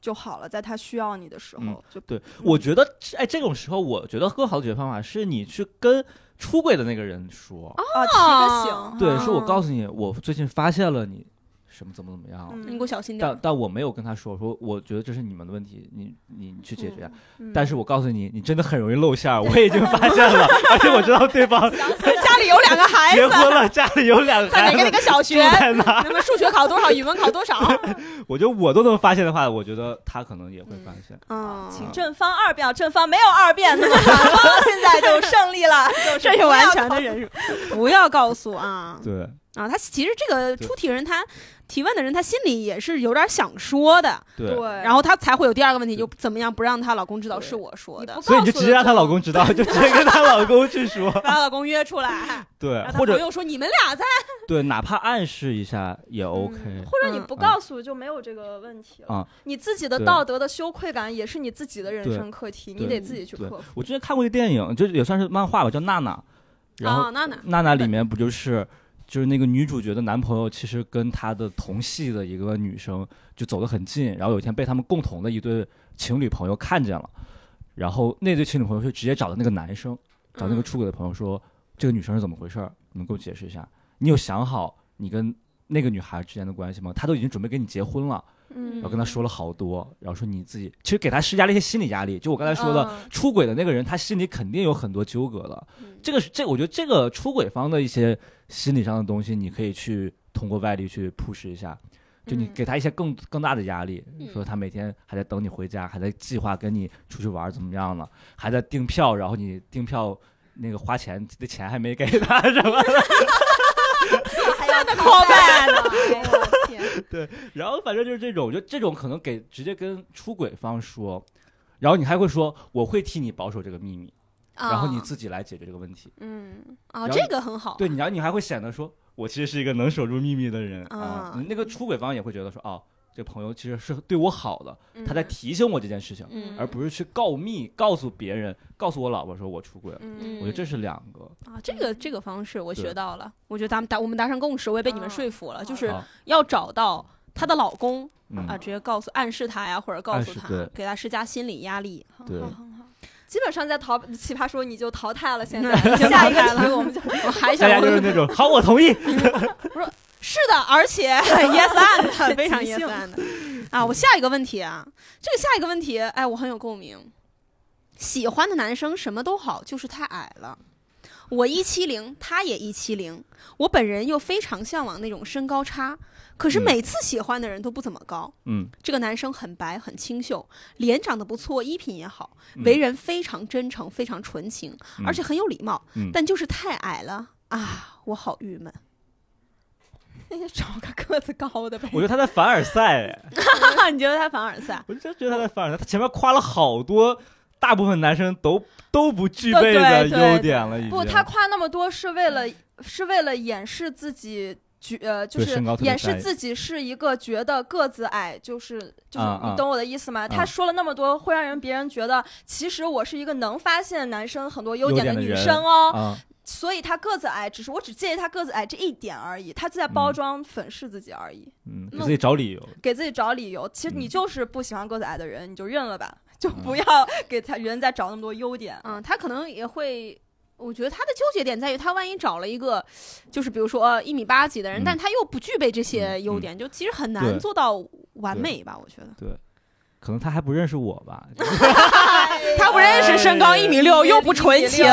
Speaker 2: 就好了，在他需要你的时候、
Speaker 3: 嗯
Speaker 2: 就
Speaker 3: 对，我觉得这哎，这种时候，我觉得更好的解决方法是你去跟出轨的那个人说，
Speaker 2: 啊提个醒。
Speaker 3: 对，
Speaker 2: 啊
Speaker 3: 说我告诉你，我最近发现了你什么怎么怎么样了，
Speaker 2: 嗯
Speaker 1: 你给我小心点
Speaker 3: 但
Speaker 1: 儿。
Speaker 3: 但我没有跟他说，说我觉得这是你们的问题，你你去解决。
Speaker 1: 嗯
Speaker 2: 嗯
Speaker 3: 但是我告诉你，你真的很容易露馅儿，我已经发现 了，而且我知道对方
Speaker 1: 家里有两个孩
Speaker 3: 结
Speaker 1: 子，
Speaker 3: 婚了，家里有两个
Speaker 1: 在哪
Speaker 3: 孩子
Speaker 1: 个哪个小
Speaker 3: 住
Speaker 1: 学，
Speaker 3: 在哪，
Speaker 1: 那么数学考多少，语文考 多少？
Speaker 3: 我觉得我都能发现的话，我觉得他可能也会发现。
Speaker 1: 啊，
Speaker 2: 请正方二辩，正方没有二辩，那么反方现在就胜利了，就是
Speaker 1: 这是
Speaker 2: 不
Speaker 1: 完
Speaker 2: 要
Speaker 1: 全的人数，不要告诉啊
Speaker 2: 嗯
Speaker 3: 对，
Speaker 1: 啊！他其实这个
Speaker 3: 对
Speaker 1: 出题人他提问的人他心里也是有点想说的，
Speaker 3: 对
Speaker 2: 对，，
Speaker 1: 然后她才会有第二个问题，
Speaker 3: 对
Speaker 1: 就怎么样不让她老公知道
Speaker 2: 对
Speaker 1: 是我说
Speaker 2: 你
Speaker 1: 的
Speaker 2: 不，
Speaker 3: 所以你就
Speaker 2: 告
Speaker 3: 直
Speaker 2: 诉
Speaker 3: 接
Speaker 2: 了
Speaker 3: 让她
Speaker 2: 之
Speaker 3: 老
Speaker 2: 后
Speaker 3: 公知道，就直接跟她老公去说，
Speaker 1: 把她老公约出 来，
Speaker 3: 对
Speaker 1: 让，她朋
Speaker 3: 或者
Speaker 1: 友说你们俩在，
Speaker 3: 对，哪怕暗示一下也 OK
Speaker 2: 嗯。或者你
Speaker 1: 嗯
Speaker 2: 不告诉就没有这个问题了
Speaker 3: 啊。
Speaker 2: 你自己的
Speaker 3: 对
Speaker 2: 道德的羞愧感也是你自己的人
Speaker 3: 对
Speaker 2: 生课题，
Speaker 3: 对
Speaker 2: 你得自己去
Speaker 3: 对
Speaker 2: 克服。
Speaker 3: 我之前看过一个电影，就也算是漫画吧，叫《娜娜》，然后
Speaker 1: 啊，娜娜，
Speaker 3: 娜娜里面不就是就是那个女主角的男朋友，其实跟她的同系的一个女生就走得很近，然后有一天被他们共同的一对情侣朋友看见了，然后那对情侣朋友就直接找的那个男生，找那个
Speaker 1: 嗯
Speaker 3: 出轨的朋友说、这个女生是怎么回事儿，你们给我解释一下。你有想好你跟那个女孩之间的关系吗？她都已经准备跟你结婚了，
Speaker 2: 嗯
Speaker 3: 然后跟她说了好多，然后说你自己其实给她施加了一些心理压力，就我刚才说的。
Speaker 2: 嗯
Speaker 3: 出轨的那个人，他心里肯定有很多纠葛的。这个是这，我觉得这个出轨方的一些心理上的东西，你可以去通过外力去 push 一下，就你
Speaker 2: 嗯
Speaker 3: 给他一些更更大的压力，
Speaker 1: 嗯
Speaker 3: 说他每天还在等你回家，还在计划跟你出去玩儿怎么样了，还在订票，然后你订票那个花钱的钱还没给他什么的，
Speaker 2: 还要
Speaker 1: 的 callback
Speaker 2: 呢？哎呀我天
Speaker 3: 然后反正就是这种，我觉得这种可能给直接跟出轨方说，然后你还会说我会替你保守这个秘密，然后你自己来解决这个问题。
Speaker 2: 嗯，
Speaker 1: 啊，
Speaker 3: 然后
Speaker 1: 哦这个很好，
Speaker 3: 对，你然后你还会显得说，我其实是一个能守住秘密的人啊
Speaker 1: 啊。
Speaker 3: 你那个出轨方也会觉得说，哦，这朋友其实是对我好的，他在
Speaker 2: 嗯
Speaker 3: 提醒我这件事情，
Speaker 1: 嗯，
Speaker 3: 而不是去告密，告诉别人，告诉我老婆说我出轨了。
Speaker 2: 嗯
Speaker 3: 我觉得这是两个，
Speaker 1: 啊，这个这个方式我
Speaker 3: 对
Speaker 1: 学到了，我觉得咱们达我们达成共识，我也被你们
Speaker 2: 啊
Speaker 1: 说服了，就
Speaker 2: 好
Speaker 1: 是
Speaker 3: 好
Speaker 1: 要找到她的老公
Speaker 3: 嗯，
Speaker 1: 啊，直接告诉暗示她呀，或者告
Speaker 3: 暗
Speaker 1: 诉
Speaker 3: 示
Speaker 1: 她
Speaker 3: 对，
Speaker 1: 给她施加心理压力。
Speaker 3: 对
Speaker 2: 很好很好。基本上在淘奇葩说你就淘汰了，现在
Speaker 1: 已经
Speaker 2: 下一
Speaker 1: 淘汰
Speaker 2: 个题
Speaker 1: 了
Speaker 2: 我们就
Speaker 1: 我还
Speaker 3: 大
Speaker 1: 想
Speaker 3: 家就是那种好，我同意。
Speaker 1: 是的，而且 yes and 的非常
Speaker 2: 即
Speaker 1: yes
Speaker 2: 兴
Speaker 1: and 的啊。我下一个问题啊，这个下一个问题，哎，我很有共鸣。喜欢的男生什么都好，就是太矮了。我一七零，他也一七零，我本人又非常向往那种身高差，可是
Speaker 3: 嗯
Speaker 1: 每次喜欢的人都不怎么高。
Speaker 3: 嗯，
Speaker 1: 这个男生很白，很清秀，脸长得不错，衣品也好，
Speaker 3: 嗯
Speaker 1: 为人非常真诚，非常纯情，
Speaker 3: 嗯
Speaker 1: 而且很有礼貌，
Speaker 3: 嗯
Speaker 1: 但就是太矮了啊！我好郁 闷。
Speaker 2: 找个个子高的呗。
Speaker 3: 我觉得他在凡尔赛，哎
Speaker 1: 你觉得他凡尔赛？
Speaker 3: 我就真觉得他在凡尔赛。他前面夸了好多，大部分男生都都不具
Speaker 2: 对
Speaker 3: 备
Speaker 2: 对
Speaker 3: 的
Speaker 2: 对
Speaker 3: 优点了，已经。
Speaker 2: 不，他夸那么多是为了是为了掩饰自己觉呃，就
Speaker 3: 对
Speaker 2: 是
Speaker 3: 身高特别
Speaker 2: 掩
Speaker 3: 在
Speaker 2: 饰
Speaker 3: 意
Speaker 2: 自己是一个觉得个子矮，就是就是
Speaker 3: 啊啊
Speaker 2: 你懂我的意思吗？他
Speaker 3: 啊
Speaker 2: 说了那么多，会让人别人觉得其实我是一个能发现男生很多优
Speaker 3: 优
Speaker 2: 点
Speaker 3: 点
Speaker 2: 的
Speaker 3: 的
Speaker 2: 女
Speaker 3: 人
Speaker 2: 生哦，
Speaker 3: 啊，
Speaker 2: 所以他个子矮，只是我只介意他个子矮这一点而已，他就在包
Speaker 3: 嗯
Speaker 2: 装粉饰自己而已，
Speaker 3: 嗯，给
Speaker 1: 那
Speaker 3: 自己找理由。
Speaker 2: 给自己找理由。其实
Speaker 3: 嗯
Speaker 2: 你就是不喜欢个子矮的人，你就认了吧，就不
Speaker 3: 嗯
Speaker 2: 要给他人再找那么多优点。
Speaker 1: 嗯，他可能也会，我觉得他的纠结点在于，他万一找了一个，就是比如说一米八几的人，
Speaker 3: 嗯
Speaker 1: 但他又不具备这些
Speaker 3: 嗯
Speaker 1: 优
Speaker 3: 嗯
Speaker 1: 点，就其实很
Speaker 3: 对
Speaker 1: 难做到完
Speaker 3: 对
Speaker 1: 美吧？我觉得
Speaker 3: 可能他还不认识我吧，
Speaker 1: 他不认识身高一米六又不纯情，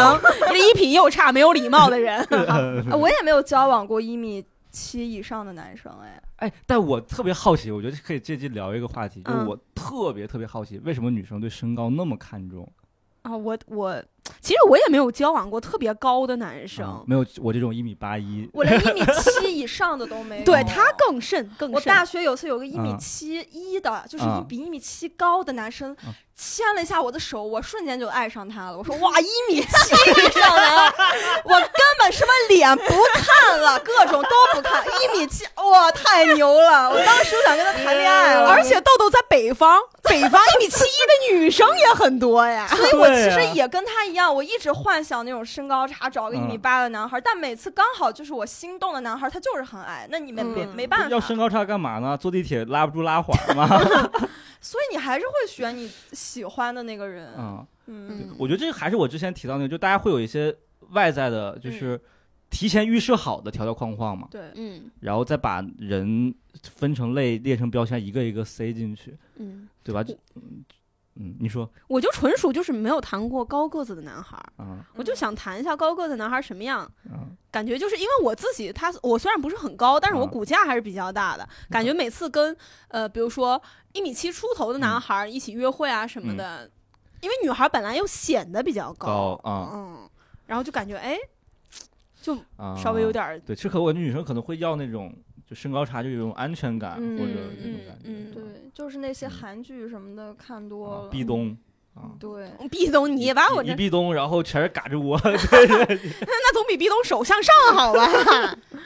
Speaker 1: 衣品又差、没有礼貌的 人。
Speaker 3: 嗯
Speaker 2: 啊我也没有交往过一米七以上的男生，哎，
Speaker 3: 哎，但我特别好奇，我觉得可以借机聊一个话题，就是
Speaker 1: 嗯
Speaker 3: 我特别特别好奇，为什么女生对身高那么看重？
Speaker 1: 啊，我我其实我也没有交往过特别高的男生，
Speaker 3: 啊
Speaker 2: 哦
Speaker 3: 没有我这种一米八一，
Speaker 2: 我连一米七以上的都没 有。
Speaker 1: 对他更甚更甚。
Speaker 2: 哦我大学有次有个一米
Speaker 3: 嗯
Speaker 2: 七一的，就是一
Speaker 3: 嗯
Speaker 2: 比一米七高的男生
Speaker 3: 嗯，
Speaker 2: 牵了一下我的手，我瞬间就爱上他了。我说哇，一米七以上的啊，我根本什么脸不看了，各种都不看，一米七，哇，太牛了！我当时就想跟他谈恋爱了，
Speaker 1: 而且豆豆在北方，北方一米七一的女生也很多呀。
Speaker 2: 所以我其
Speaker 3: 对
Speaker 2: 实
Speaker 3: 啊
Speaker 2: 也跟他一样，我一直幻想那种身高差，找个一米
Speaker 3: 嗯
Speaker 2: 八的男孩儿，但每次刚好就是我心动的男孩儿，他就是很矮，那你们没、
Speaker 1: 嗯
Speaker 2: 没办
Speaker 3: 要
Speaker 2: 法
Speaker 3: 身，高差干嘛呢？坐地铁拉不住拉环 吗？嗯
Speaker 2: 所以你还是会选你喜欢的那个人。
Speaker 3: 嗯，
Speaker 2: 嗯，
Speaker 3: 我觉得这个还是我之前提到那个，就大家会有一些外在的，
Speaker 2: 嗯
Speaker 3: 就是提前预设好的条条框框嘛，
Speaker 2: 对，
Speaker 1: 嗯
Speaker 3: 然后再把人分成类、列成标签，一个一个塞进去，
Speaker 1: 嗯，
Speaker 3: 对吧？就嗯嗯，你说
Speaker 1: 我就纯属就是没有谈过高个子的男孩儿，
Speaker 3: 啊
Speaker 1: 我
Speaker 2: 嗯
Speaker 1: 就想谈一下高个子男孩儿什么样。
Speaker 3: 啊
Speaker 1: 感觉就是因为我自己，他我虽然不是很高，但是我
Speaker 3: 嗯
Speaker 1: 骨架还是比较大的。感觉每次跟呃，比如说一米七出头的男
Speaker 3: 嗯
Speaker 1: 孩儿一起约会啊什么的，因为女孩本来又显得比较
Speaker 3: 高啊
Speaker 1: 嗯，然后就感觉哎，
Speaker 3: 啊，
Speaker 1: 稍微有点儿
Speaker 3: 对，其实可我感觉女生可能会要那种就身高差就有一种安全感
Speaker 2: 嗯
Speaker 3: 或者那种
Speaker 1: 嗯
Speaker 3: 感觉。
Speaker 1: 嗯
Speaker 2: 对，就是那些
Speaker 3: 嗯
Speaker 2: 韩剧什么的看多
Speaker 3: 啊
Speaker 2: 了，
Speaker 3: 壁咚啊，
Speaker 2: 对，
Speaker 1: 壁咚，你把我
Speaker 3: 一
Speaker 1: 这
Speaker 3: 一壁咚，然后全是嘎着我，
Speaker 1: 那总比壁咚手向上好吧？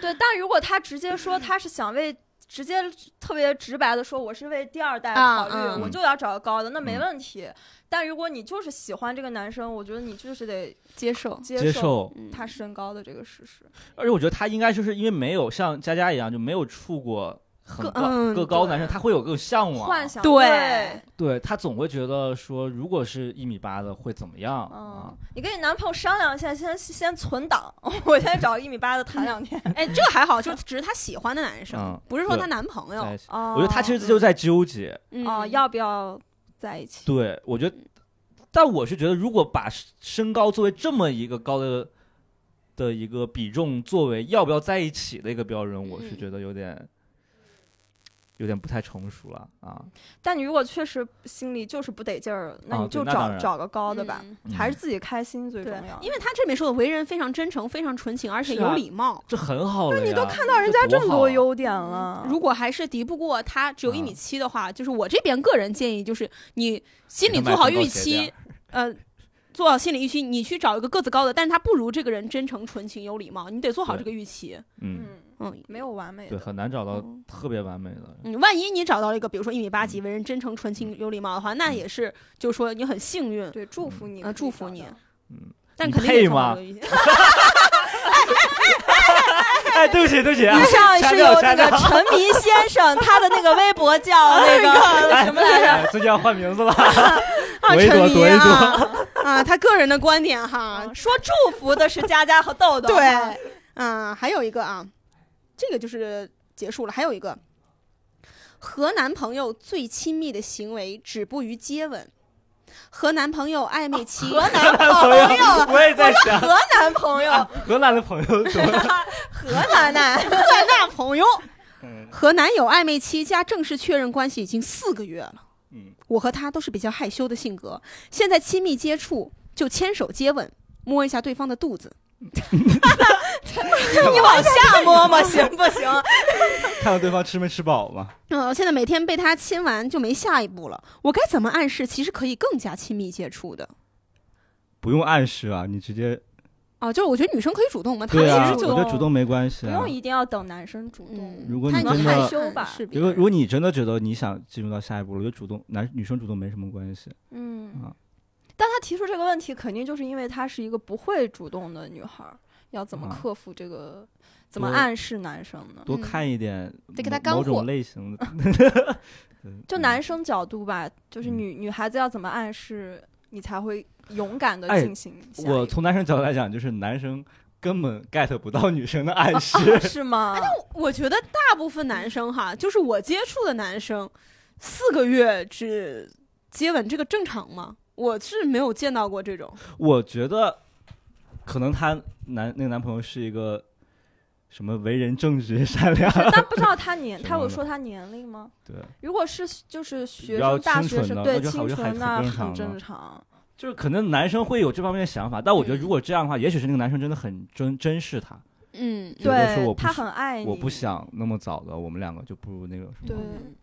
Speaker 2: 对，但如果他直接说他是想为直接特别直白的说我是为第二代
Speaker 1: 啊
Speaker 2: 考虑，
Speaker 1: 嗯
Speaker 2: 我就要找个高的，那没
Speaker 3: 嗯
Speaker 2: 问题。但如果你就是喜欢这个男生，我觉得你就是得
Speaker 1: 接受，
Speaker 3: 接
Speaker 2: 接
Speaker 3: 受。
Speaker 2: 他身高的这个事实。
Speaker 3: 而且我觉得他应该就是因为没有像佳佳一样就没有处过很
Speaker 1: 个
Speaker 3: 高
Speaker 1: 嗯
Speaker 3: 个高的男生，他会有更向往，
Speaker 2: 幻想
Speaker 1: 对
Speaker 3: 对他总会觉得说，如果是一米八的会怎么样啊
Speaker 2: 嗯？，你跟你男朋友商量一下，先先存档， 我先找一米八的谈两 天。
Speaker 1: 哎，这还好，就只是她喜欢的男生
Speaker 3: 嗯，
Speaker 1: 不是说
Speaker 3: 对
Speaker 1: 她男朋
Speaker 3: 在
Speaker 1: 友
Speaker 3: 一。起
Speaker 2: 哦
Speaker 3: 我觉得他其实就是在纠结，
Speaker 1: 嗯
Speaker 2: 哦，要不要在一起？
Speaker 3: 对，我觉得，但我是觉得，如果把身身高作为这么一个高的的一个比重，作为要不要在一起的一个标准，我是
Speaker 1: 嗯
Speaker 3: 觉得有点有点不太成熟了啊。
Speaker 2: 但你如果确实心里就是不得劲儿了，那
Speaker 3: 啊
Speaker 2: 你就
Speaker 3: 对那
Speaker 2: 找、
Speaker 3: 当然
Speaker 2: 找个高的吧，
Speaker 1: 嗯
Speaker 2: 还是自己开心最重
Speaker 1: 对
Speaker 2: 要，。
Speaker 1: 因为她这里面说的为人非常真诚，非常纯情，而且
Speaker 3: 是
Speaker 1: 有
Speaker 3: 啊
Speaker 1: 礼貌。
Speaker 3: 这很好了呀，
Speaker 2: 你都看
Speaker 3: 到
Speaker 2: 人家这么
Speaker 3: 啊
Speaker 2: 多优点了，
Speaker 1: 嗯如果还是敌不过他只有一米七的话，就是我这边个人建议，就是你心里做好预期，，呃，做好心理预期，你去找一个个子高的，但是他不如这个人真诚、纯情、有礼貌，你得做好
Speaker 3: 对
Speaker 1: 这个预期。
Speaker 3: 嗯，
Speaker 2: 嗯，
Speaker 1: 嗯
Speaker 2: 没有完美
Speaker 3: 对，
Speaker 2: 的，
Speaker 3: 很难找到
Speaker 1: 嗯
Speaker 3: 特别完美的。
Speaker 1: 嗯，万一你找到了一个，比如说一米
Speaker 3: 嗯
Speaker 1: 八几、为人真诚、纯情、有礼貌的话，那也是，就是说你很幸运，
Speaker 2: 对，祝福你
Speaker 1: 呃
Speaker 2: 可以
Speaker 1: 祝福
Speaker 2: 找
Speaker 1: 你
Speaker 2: 到
Speaker 3: 嗯，
Speaker 1: 但
Speaker 3: 你
Speaker 1: 肯定
Speaker 3: 配
Speaker 1: 也做好
Speaker 3: 吗
Speaker 1: 这个预 期
Speaker 3: 哎，对不起，对不起啊
Speaker 2: 以，上
Speaker 3: 掐
Speaker 2: 是
Speaker 3: 掉
Speaker 2: 由
Speaker 3: 掐
Speaker 2: 那
Speaker 3: 掉
Speaker 2: 个陈迷先生他的那个微博 叫那个什么来着？
Speaker 3: 哎最近要换名字了，
Speaker 1: 啊，
Speaker 3: 躲一
Speaker 1: 沉
Speaker 3: 躲
Speaker 1: 迷
Speaker 3: 躲一嗯
Speaker 1: 啊 啊，他个人的观点哈
Speaker 2: 啊，说祝福的是佳佳和豆啊豆，
Speaker 1: 对，嗯，还有一个啊，这个就是结束了。还有一个，和男朋友最亲密的行为止步于接吻，和男朋友暧昧期，
Speaker 2: 和 男
Speaker 3: 朋
Speaker 2: 哎朋
Speaker 3: 友，
Speaker 2: 友，啊
Speaker 3: 我也在想，
Speaker 2: 和男朋友，
Speaker 3: 荷兰的朋友怎么？
Speaker 2: 河南的，
Speaker 1: 河南朋友
Speaker 3: 嗯
Speaker 1: 和男友暧昧期加正式确认关系已经四个月了。
Speaker 3: 嗯，
Speaker 1: 我和他都是比较害羞的性格，现在亲密接触就牵手接吻，摸一下对方的肚子。
Speaker 2: 你往下 摸摸行不行？
Speaker 3: 看看对方吃没吃饱嘛。
Speaker 1: 嗯、现在每天被他亲完就没下一步了，我该怎么暗示？其实可以更加亲密接触的。
Speaker 3: 不用暗示啊，你直接
Speaker 1: 啊，就是我觉得女生可以主动嘛，她
Speaker 3: 对啊，
Speaker 1: 其实
Speaker 3: 我
Speaker 1: 就
Speaker 3: 觉得主动没关系
Speaker 2: 不
Speaker 3: 啊
Speaker 2: 用。一定要等男生主
Speaker 1: 嗯，
Speaker 2: 动，
Speaker 3: 如果
Speaker 1: 她
Speaker 3: 你
Speaker 1: 可能
Speaker 3: 真的
Speaker 1: 害
Speaker 2: 害羞
Speaker 1: 羞
Speaker 2: 吧
Speaker 1: 吧，是别
Speaker 3: 如果
Speaker 1: 人
Speaker 3: 如果你真的觉得你想进入到下一步了，我觉得主动男女生主动没什么关系。
Speaker 2: 嗯
Speaker 3: 啊。
Speaker 2: 但她提出这个问题，肯定就是因为她是一个不会主动的女孩儿，要怎么
Speaker 3: 啊
Speaker 2: 克服这个，怎么
Speaker 3: 多
Speaker 2: 暗示男生呢？
Speaker 3: 多
Speaker 1: 嗯
Speaker 3: 看一点
Speaker 1: 得给他
Speaker 3: 某
Speaker 1: 干
Speaker 3: 某
Speaker 1: 货
Speaker 3: 种类型的，嗯
Speaker 2: 就男生角度吧，就是
Speaker 3: 嗯
Speaker 2: 女女孩子要怎么暗示你才会勇敢的
Speaker 3: 哎
Speaker 2: 进行下一步？
Speaker 3: 我从男生角度来讲，就是男生根本 get 不到女生的暗示。
Speaker 2: 是吗？
Speaker 1: 我觉得大部分男生哈，就是我接触的男生，四个月只接吻，这个正常吗？我是没有见到过这种，
Speaker 3: 我觉得可能她男那个男朋友是一个什么为人正直善 良，
Speaker 2: 但不知道她年，
Speaker 3: 什
Speaker 2: 她有
Speaker 3: 么的
Speaker 2: 说她年龄吗？
Speaker 3: 对，
Speaker 2: 如果是就是学
Speaker 3: 比较
Speaker 2: 生、大
Speaker 3: 清
Speaker 2: 学
Speaker 3: 纯
Speaker 2: 生，
Speaker 3: 的
Speaker 2: 对
Speaker 3: 那就
Speaker 2: 清
Speaker 3: 好就还
Speaker 2: 纯那
Speaker 3: 很正
Speaker 2: 很
Speaker 3: 常
Speaker 2: 正
Speaker 3: 了
Speaker 2: 常。
Speaker 3: 就是可能男生会有这方面的想法，但我觉得
Speaker 1: 嗯
Speaker 3: 如果这样的话，也许是那个男生真的很珍珍视她。
Speaker 1: 嗯。
Speaker 3: 觉得说
Speaker 2: 对
Speaker 3: 我，不
Speaker 2: 他
Speaker 3: 是
Speaker 2: 很爱你。
Speaker 3: 我不想那么早的，我们两个就步入那个什
Speaker 2: 对
Speaker 3: 么，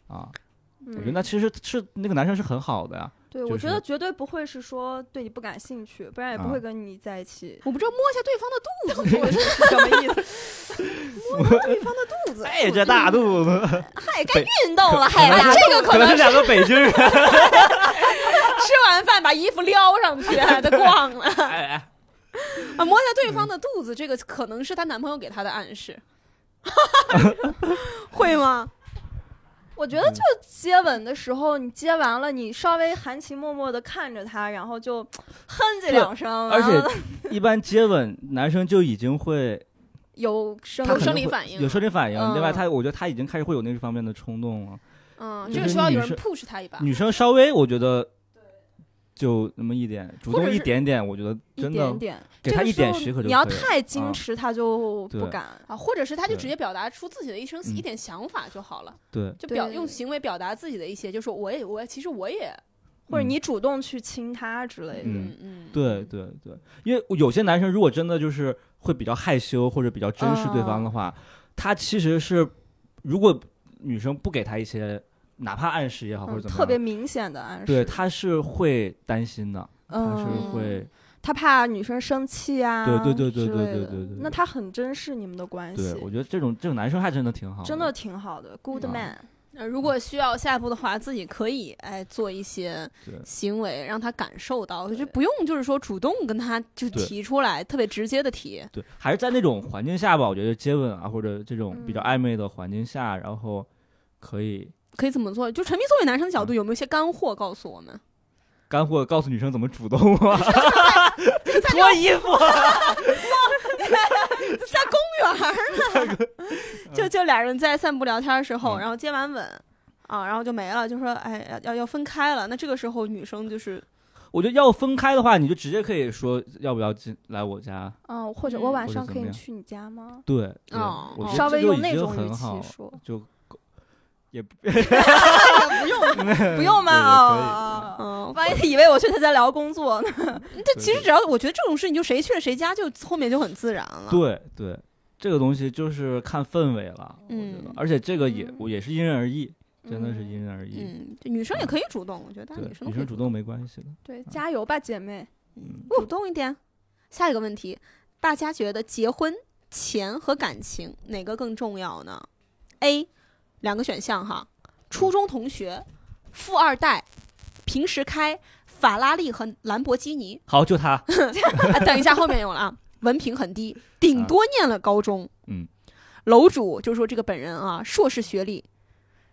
Speaker 3: 啊。
Speaker 2: 嗯
Speaker 3: 我觉得那其实是那个男生是很好的呀，
Speaker 2: 对，
Speaker 3: 就
Speaker 2: 我觉
Speaker 3: 是
Speaker 2: 得绝对不会是说对你不感兴趣，不然也不
Speaker 3: 啊
Speaker 2: 会跟你在一起
Speaker 1: 我不知道摸一下对方的
Speaker 2: 我是什么意思？
Speaker 1: 肚子， 哎
Speaker 3: 哎，这大肚子，
Speaker 2: 嗨，该运动了，嗨，大
Speaker 1: 这个
Speaker 3: 可
Speaker 1: 可能
Speaker 3: 能是两个北京人。
Speaker 1: 吃完饭把衣服撩上去， 她逛了
Speaker 3: 哎哎，
Speaker 1: 啊，摸一下对方的肚子，这个可能是她男朋友给她的暗 示， 会吗？
Speaker 2: 我觉得
Speaker 3: 嗯
Speaker 2: 就接吻的时候，你接完了，你稍微含情脉脉的看着他，然后就哼唧两声，
Speaker 3: 而
Speaker 2: 然后
Speaker 3: 且一般接吻，男生就已经会
Speaker 2: 有声
Speaker 3: 他可能
Speaker 1: 生理
Speaker 3: 会
Speaker 1: 反应
Speaker 3: 有生理反应。
Speaker 2: 嗯
Speaker 3: 另外，他我觉得他已经开始会有那方面的冲动了。
Speaker 1: 嗯，
Speaker 3: 就
Speaker 1: 这个
Speaker 3: 是
Speaker 1: 需要
Speaker 3: 女
Speaker 1: 有人
Speaker 3: 生
Speaker 1: push 她一把，
Speaker 3: 女生稍微，我觉得就那么一点，主
Speaker 1: 或
Speaker 3: 动
Speaker 1: 者
Speaker 3: 一
Speaker 1: 是
Speaker 3: 点点，我觉得
Speaker 2: 一
Speaker 3: 真
Speaker 2: 点
Speaker 3: 的
Speaker 2: 点，
Speaker 3: 给
Speaker 2: 这
Speaker 3: 他
Speaker 2: 个
Speaker 3: 一
Speaker 2: 时
Speaker 3: 点
Speaker 2: 候
Speaker 3: 许可就
Speaker 2: 你要
Speaker 3: 可以了
Speaker 2: 太矜
Speaker 3: 啊
Speaker 2: 持，他就不
Speaker 3: 对
Speaker 2: 敢。
Speaker 1: 啊，或者是他就
Speaker 3: 对
Speaker 1: 直接表达出自己的一声
Speaker 3: 嗯
Speaker 1: 一点想法就好了，
Speaker 3: 对，
Speaker 1: 就表
Speaker 2: 对
Speaker 1: 用行为表达自己的一些，就说我也我其实我也
Speaker 2: 或者
Speaker 3: 嗯
Speaker 2: 你主动去亲他之类的。
Speaker 3: 嗯
Speaker 1: 嗯
Speaker 3: 对对对，因为有些男生如
Speaker 2: 哦
Speaker 3: 果真的就是会比较害羞或者比较珍视对方的话，他其实是如果女生不给他一些哪怕暗示也啊好，或者
Speaker 2: 嗯，
Speaker 3: 怎么样，
Speaker 2: 特别明显的暗示。
Speaker 3: 对，他是会担心的，他是
Speaker 2: 嗯，
Speaker 3: 会
Speaker 2: 他怕女生生气啊，
Speaker 3: 对对对对
Speaker 2: 之
Speaker 3: 对
Speaker 2: 类
Speaker 3: 对
Speaker 2: 的
Speaker 3: 对对
Speaker 2: 那他很珍视你们的关
Speaker 3: 对
Speaker 2: 系，
Speaker 3: 我觉得这种这种男生还真的挺好，
Speaker 2: 真的。挺好的，good
Speaker 3: 嗯
Speaker 2: man。
Speaker 1: 那如果需要下一步的话，自己可以哎做一些
Speaker 3: 对
Speaker 1: 行为，让他感受到，就不用就是说主动跟他就
Speaker 3: 对
Speaker 1: 提出来，特别直接的提。
Speaker 3: 对，还是在那种环境下吧，我觉得接吻啊，或者这种比较
Speaker 2: 嗯
Speaker 3: 暧昧的环境下，然后可以
Speaker 1: 可以怎么做？就陈明作为男生的角
Speaker 3: 嗯
Speaker 1: 度，有没有一些干货告诉我们？
Speaker 3: 干货告诉女生怎么主动啊， 脱衣服，
Speaker 1: 在公园儿 呢，就就俩人在散步聊天的时候，
Speaker 3: 嗯
Speaker 1: 然后接完吻啊，然后就没了，就说哎要要要分开了。那这个时候女生就是
Speaker 3: 我觉得要分开的话，你就直接可以说要不要进来我家。
Speaker 2: 嗯，或者
Speaker 1: 嗯
Speaker 2: 我晚
Speaker 3: 或者
Speaker 2: 上
Speaker 3: 怎
Speaker 2: 可
Speaker 3: 么
Speaker 2: 以
Speaker 3: 样
Speaker 2: 去你家吗？
Speaker 3: 对，对
Speaker 1: 哦
Speaker 3: 我觉
Speaker 1: 哦
Speaker 3: 得
Speaker 2: 稍
Speaker 3: 这
Speaker 2: 微
Speaker 3: 就
Speaker 2: 用
Speaker 3: 已
Speaker 2: 那
Speaker 3: 经
Speaker 2: 种
Speaker 3: 很
Speaker 2: 语
Speaker 3: 好
Speaker 2: 气说，
Speaker 3: 就也不
Speaker 1: 不用，
Speaker 2: 不用吗？
Speaker 3: 对
Speaker 2: 哦，哦
Speaker 1: 嗯
Speaker 2: 哦，万一以为我去他家聊工作呢？
Speaker 1: 这其实只要我觉得这种事，你就谁去了谁家，就后面就很自然了。
Speaker 3: 对对，这个东西就是看氛围了，我觉得
Speaker 1: 嗯，
Speaker 3: 而且这个也
Speaker 2: 嗯
Speaker 3: 我也是因人而异， 真的是
Speaker 2: 嗯
Speaker 3: 因人而异。
Speaker 1: 嗯，就女生也可以主动，我觉得大家
Speaker 3: 对
Speaker 1: 女，生
Speaker 3: 女
Speaker 1: 都可以
Speaker 3: 生主动没关系的。
Speaker 2: 对，加油吧，姐妹！
Speaker 3: 嗯，。
Speaker 1: 主动一点。下一个问题，大家觉得结婚钱和感情哪个更重要呢？A，两个选项哈，初中同学，富二代，平时开法拉利和兰博基尼
Speaker 3: 好，就他。
Speaker 1: 啊、等一下，后面有了啊，文凭很低，顶多念了高中。
Speaker 3: 嗯，
Speaker 1: 楼主就说这个本人啊，硕士学历。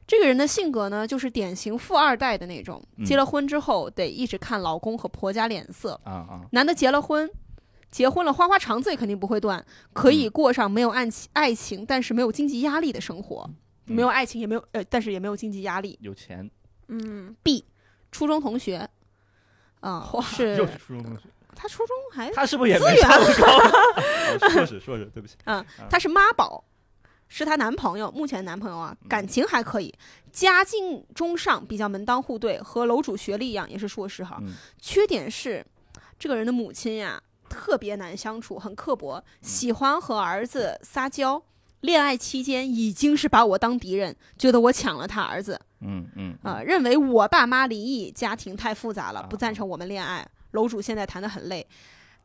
Speaker 1: 这个人的性格呢，就是典型富二代的那种，
Speaker 3: 嗯
Speaker 1: 结了婚之后得一直看老公和婆家脸色，
Speaker 3: 啊啊，
Speaker 1: 男的结了婚，结婚了，花花肠子也肯定不会断，可
Speaker 3: 嗯
Speaker 1: 以过上没有爱情爱情，但是没有经济压力的生活，
Speaker 3: 嗯
Speaker 1: 没有爱情也没有呃，但是也没有经济压力。
Speaker 3: 有钱，
Speaker 2: 嗯，
Speaker 1: 初中同学，啊、
Speaker 3: 又
Speaker 1: 是
Speaker 3: 是初中同学，
Speaker 1: 他初中还
Speaker 3: 他是不是也
Speaker 1: 哎资
Speaker 3: 没
Speaker 1: 源
Speaker 3: 上高？哦硕士，硕士，对不起。
Speaker 1: 他是妈宝，是她男朋友，目前男朋友啊，
Speaker 3: 嗯
Speaker 1: 感情还可以，家境中上，比较门当户对，和楼主学历一样，也是硕士哈。
Speaker 3: 嗯
Speaker 1: 缺点是，这个人的母亲呀、特别难相处，很刻
Speaker 3: 嗯
Speaker 1: 薄，喜欢和儿子撒娇。恋爱期间已经是把我当敌人，觉得我抢了他儿子
Speaker 3: 嗯嗯
Speaker 1: 啊、呃认为我爸妈离异，家庭太复杂了
Speaker 3: 啊，
Speaker 1: 不赞成我们恋爱。楼主现在谈得很累，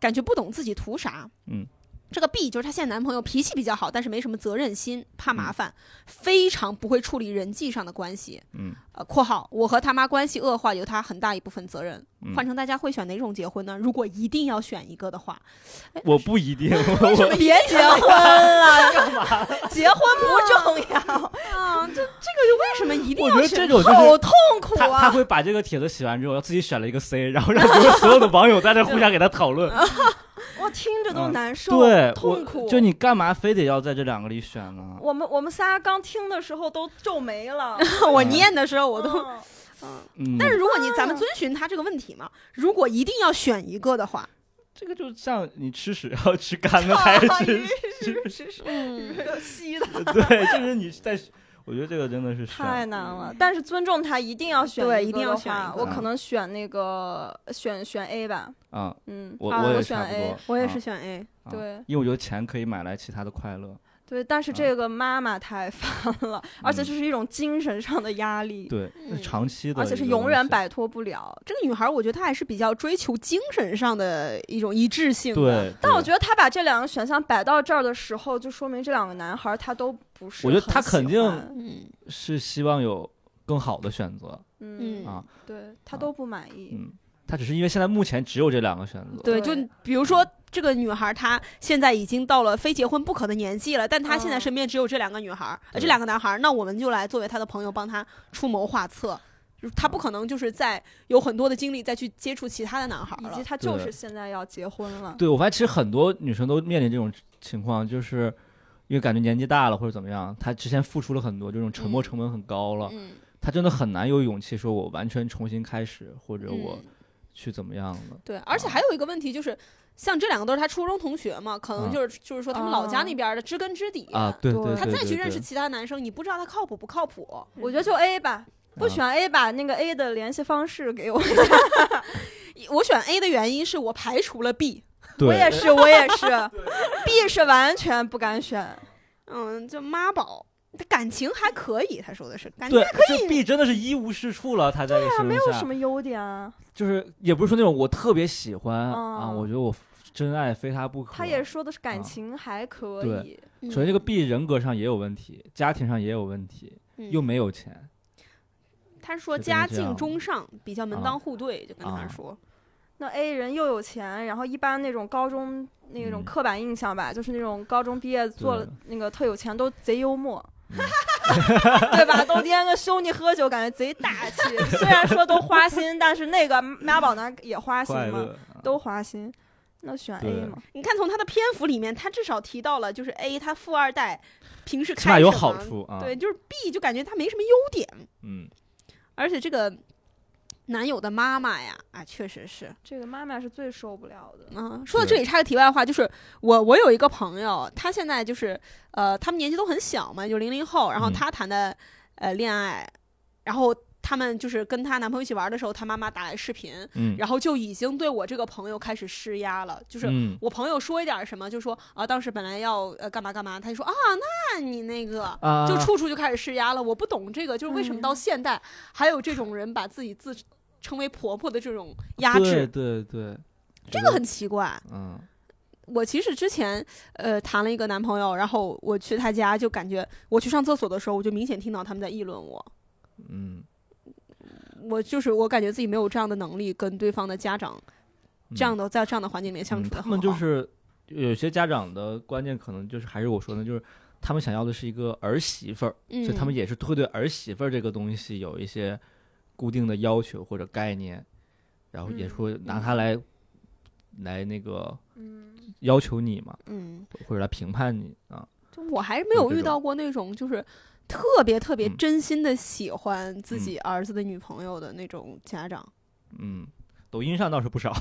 Speaker 1: 感觉不懂自己图啥。
Speaker 3: 嗯，
Speaker 1: 这个 B 就是她现在男朋友脾气比较好，但是没什么责任心，怕麻烦，非常不会处理人际上的关系。
Speaker 3: 嗯，
Speaker 1: 呃，括号我和他妈关系恶化有他很大一部分责任。
Speaker 3: 嗯
Speaker 1: 换成大家会选哪种结婚呢？如果一定要选一个的话，
Speaker 3: 我不
Speaker 1: 哎
Speaker 3: 一定，我
Speaker 2: 别结婚了，干嘛？结婚不重要，
Speaker 1: 啊， 这这个为什么一定
Speaker 3: 我觉得这种就是
Speaker 2: 好痛苦
Speaker 3: 他他
Speaker 2: 啊！
Speaker 3: 会把这个帖子写完之后，自己选了一个 C，然后让所有所有的网友在这互相给他讨论。
Speaker 2: 我听着都
Speaker 3: 嗯
Speaker 2: 难受，
Speaker 3: 对，我
Speaker 2: 痛苦。
Speaker 3: 就你干嘛非得要在这两个里选呢？
Speaker 2: 我们我们仨刚听的时候都皱眉 了，
Speaker 1: 我念的时候我
Speaker 2: 我
Speaker 1: 都。
Speaker 3: 哦
Speaker 2: 都
Speaker 3: 嗯，
Speaker 1: 但是如果你咱们遵循他这个问题嘛，如果一定要选一个的话，
Speaker 3: 这个就像你吃屎要吃干 的还是
Speaker 1: 哦
Speaker 3: 吃
Speaker 2: 是 是是
Speaker 1: 嗯，
Speaker 2: 吸的，
Speaker 3: 对，就是你在，我觉得这个真的是选
Speaker 2: 太难
Speaker 3: 嗯
Speaker 2: 了。但是尊重他，一定要选
Speaker 1: 对
Speaker 2: 一
Speaker 1: 一
Speaker 2: 个
Speaker 1: 定要
Speaker 2: 的
Speaker 1: 选
Speaker 2: 话
Speaker 1: 一个
Speaker 2: 我可能选那个选选 A 吧，
Speaker 3: 啊，
Speaker 2: 嗯，
Speaker 3: 我
Speaker 2: 啊
Speaker 3: 我也
Speaker 2: 选
Speaker 3: 差不
Speaker 2: A，
Speaker 3: 多，
Speaker 1: 我也
Speaker 3: 啊
Speaker 1: 是，选 A。
Speaker 3: 啊啊
Speaker 2: 对
Speaker 3: 因为我觉得钱可以买来其他的快乐。
Speaker 2: 对，但是这个妈妈太烦了，而且这是一种精神上的压
Speaker 3: 嗯
Speaker 2: 力，
Speaker 3: 对，是长期的，
Speaker 2: 嗯而且是永远。摆脱不了。
Speaker 1: 这个女孩，我觉得她还是比较追求精神上的一种一致性的。
Speaker 3: 对，
Speaker 2: 但我
Speaker 3: 对
Speaker 2: 觉得他把这两个选项摆到这儿的时候，就说明这两个男孩儿他都不是
Speaker 3: 我
Speaker 2: 很喜欢。
Speaker 3: 觉得他肯定
Speaker 1: 嗯，
Speaker 3: 是希望有更好的选择。
Speaker 2: 嗯
Speaker 1: 嗯
Speaker 3: 啊，
Speaker 2: 对他
Speaker 3: 啊
Speaker 2: 都不满意。
Speaker 3: 嗯，他只是因为现在目前只有这两个选择。
Speaker 1: 对，就
Speaker 2: 对
Speaker 1: 比如说这个女孩，她现在已经到了非结婚不可的年纪了，但她现在
Speaker 2: 嗯
Speaker 1: 身边只有这两个女孩，呃，
Speaker 3: 对
Speaker 1: 这两个男孩，那我们就来作为她的朋友，帮她出谋划策。就是她不可能就是在有很多的精力再去接触其他的男孩
Speaker 2: 以
Speaker 1: 了
Speaker 2: 及。他就
Speaker 3: 嗯对
Speaker 2: 是现在要结婚了，
Speaker 3: 对，我发现其实很多女生都面临这种情况，就是因为感觉年纪大了或者怎么样，她之前付出了很多，这种沉没
Speaker 1: 嗯
Speaker 3: 成本很高了，
Speaker 1: 嗯，
Speaker 3: 她真的很难有勇气说我完全重新开始，或者我
Speaker 1: 嗯
Speaker 3: 去怎么样了。
Speaker 1: 对，而且还有一个问题就是，像这两个都是她初中同学嘛，可能
Speaker 3: 嗯哦
Speaker 1: 就是就是说他们老家
Speaker 2: 啊
Speaker 1: 那边的知根知底
Speaker 3: 啊，对
Speaker 2: 对
Speaker 3: 对，
Speaker 1: 她
Speaker 3: 对
Speaker 1: 再去
Speaker 3: 对
Speaker 1: 认识
Speaker 3: 对嗯
Speaker 1: 其他男生，你不知道他靠谱不靠谱。
Speaker 2: 我觉得就 A 吧，不
Speaker 3: 啊
Speaker 2: 选 A 把那个 A 的联系方式给我。
Speaker 1: 我选 A 的原因是我排除了 B，
Speaker 3: 对
Speaker 2: 我也
Speaker 3: 啊
Speaker 2: 是，我也是，B 是完全不敢选。
Speaker 1: 嗯，就妈宝。感情还可以，他说的是感情
Speaker 3: 对
Speaker 1: 还可，
Speaker 3: 这
Speaker 1: 以。啊
Speaker 3: B 真的是一无是处了，他在这个身份
Speaker 2: 有
Speaker 3: 下
Speaker 2: 什么优点啊？
Speaker 3: 就是也不是说那种我特别喜欢、啊，
Speaker 2: 嗯
Speaker 3: 我觉得我真爱非他不可。
Speaker 2: 他也说的是
Speaker 3: 啊
Speaker 2: 感情还可
Speaker 3: 对
Speaker 2: 以，
Speaker 1: 嗯
Speaker 3: 首先这个 B 人格上也有问题，家庭上也有问题，
Speaker 1: 嗯
Speaker 3: 又没有钱，
Speaker 1: 他说
Speaker 3: 是真
Speaker 1: 家
Speaker 3: 这样
Speaker 1: 境
Speaker 3: 吗
Speaker 1: 中上，比较门
Speaker 3: 啊
Speaker 1: 当户对，就跟他
Speaker 3: 啊
Speaker 1: 说，
Speaker 2: 那 A 人又有钱，然后一般那种高中那种
Speaker 3: 嗯
Speaker 2: 刻板印象吧，就是那种高中毕业做了
Speaker 3: 对
Speaker 2: 那个特有钱都贼幽默。
Speaker 3: 嗯
Speaker 2: 对吧？都天跟兄弟喝酒，感觉贼大气。虽然说都花心，但是那个妈宝男也花心
Speaker 3: 快
Speaker 2: 嘛，
Speaker 3: 乐啊
Speaker 2: 都花心。那选 A
Speaker 3: 对
Speaker 2: 嘛？
Speaker 1: 你看从他的篇幅里面，他至少提到了就是 A 他富二代，平时
Speaker 3: 起码
Speaker 1: 开
Speaker 3: 有
Speaker 1: 什
Speaker 3: 好
Speaker 1: 么
Speaker 3: 处啊。
Speaker 1: 对，，就是 B 就感觉他没什么优点，
Speaker 3: 嗯，
Speaker 1: 而且这个男友的妈妈呀，啊，确实是，
Speaker 2: 这个妈妈是最受不了的。
Speaker 1: 嗯，说到这
Speaker 3: 对
Speaker 1: 里插个题外话，就是我我有一个朋友，他现在就是呃，他们年纪都很小嘛，就零零后，然后
Speaker 3: 嗯
Speaker 1: 他谈的、呃恋爱，然后他们就是跟她男朋友一起玩的时候，她妈妈打来视频，
Speaker 3: 嗯，
Speaker 1: 然后就已经对我这个朋友开始施压了，就是。
Speaker 3: 嗯
Speaker 1: 我朋友说一点什么，就说啊，当时本来要呃干嘛干嘛，他就说啊，那你那个
Speaker 3: 啊，嗯
Speaker 1: 就处处就开始施压了。我不懂这个，就是为什么
Speaker 2: 哎
Speaker 1: 到现代还有这种人把自己自称为婆婆的这种压
Speaker 3: 对
Speaker 1: 制，
Speaker 3: 对对，
Speaker 1: 这
Speaker 3: 这
Speaker 1: 个很奇怪。
Speaker 3: 嗯
Speaker 1: 我其实之前呃谈了一个男朋友，然后我去他家就感觉我去上厕所的时候，我就明显听到他们在议论我。
Speaker 3: 嗯
Speaker 1: 我就是我感觉自己没有这样的能力跟对方的家长
Speaker 3: 嗯
Speaker 1: 这样的在这样的环境里面相
Speaker 3: 嗯
Speaker 1: 处的
Speaker 3: 他
Speaker 1: 很好。
Speaker 3: 们就是有些家长的观念可能就是还是我说的，就是他们想要的是一个儿媳妇儿，
Speaker 1: 嗯，
Speaker 3: 所以他们也是会对儿媳妇儿这个东西有一些固定的要求或者概念，然后也
Speaker 2: 嗯
Speaker 3: 会拿它来、来那个
Speaker 2: 嗯，
Speaker 3: 要求你嘛，
Speaker 1: 嗯，
Speaker 3: 或者来评判你啊。
Speaker 1: 就我还是没有
Speaker 3: 嗯这
Speaker 1: 遇
Speaker 3: 种
Speaker 1: 到过那种就是特别特别
Speaker 3: 嗯
Speaker 1: 真心的喜欢自己儿子的女朋友的那种家长。
Speaker 3: 嗯，抖音上倒是不少。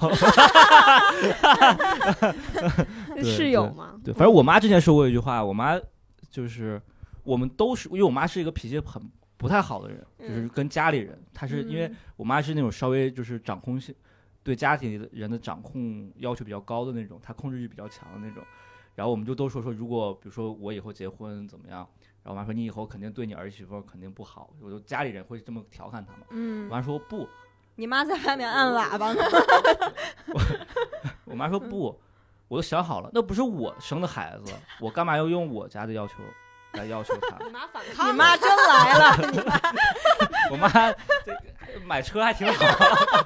Speaker 3: 对
Speaker 1: 是有吗？
Speaker 3: 对，反正我妈之前说过一句话，我妈就是我们都是，因为我妈是一个脾气很不太好的人，就是
Speaker 2: 嗯
Speaker 3: 跟家里人，她是因为我妈是那种稍微就是掌控性，对家庭里的人的掌控要求比较高的那种，她控制欲比较强的那种。然后我们就都说说，如果比如说我以后结婚怎么样，然后我妈说你以后肯定对你儿媳妇儿肯定不好，我就家里人会这么调侃她嘛。我
Speaker 2: 嗯，
Speaker 3: 妈说不，
Speaker 2: 你妈在外面按喇叭呢。
Speaker 3: 我妈说不，我都想好了，那不是我生的孩子，我干嘛要用我家的要求来要求她？
Speaker 1: 你妈反
Speaker 2: 你
Speaker 1: 抗
Speaker 2: 妈
Speaker 1: 了，
Speaker 2: 真来 了，你妈
Speaker 3: 我妈这买车还挺好，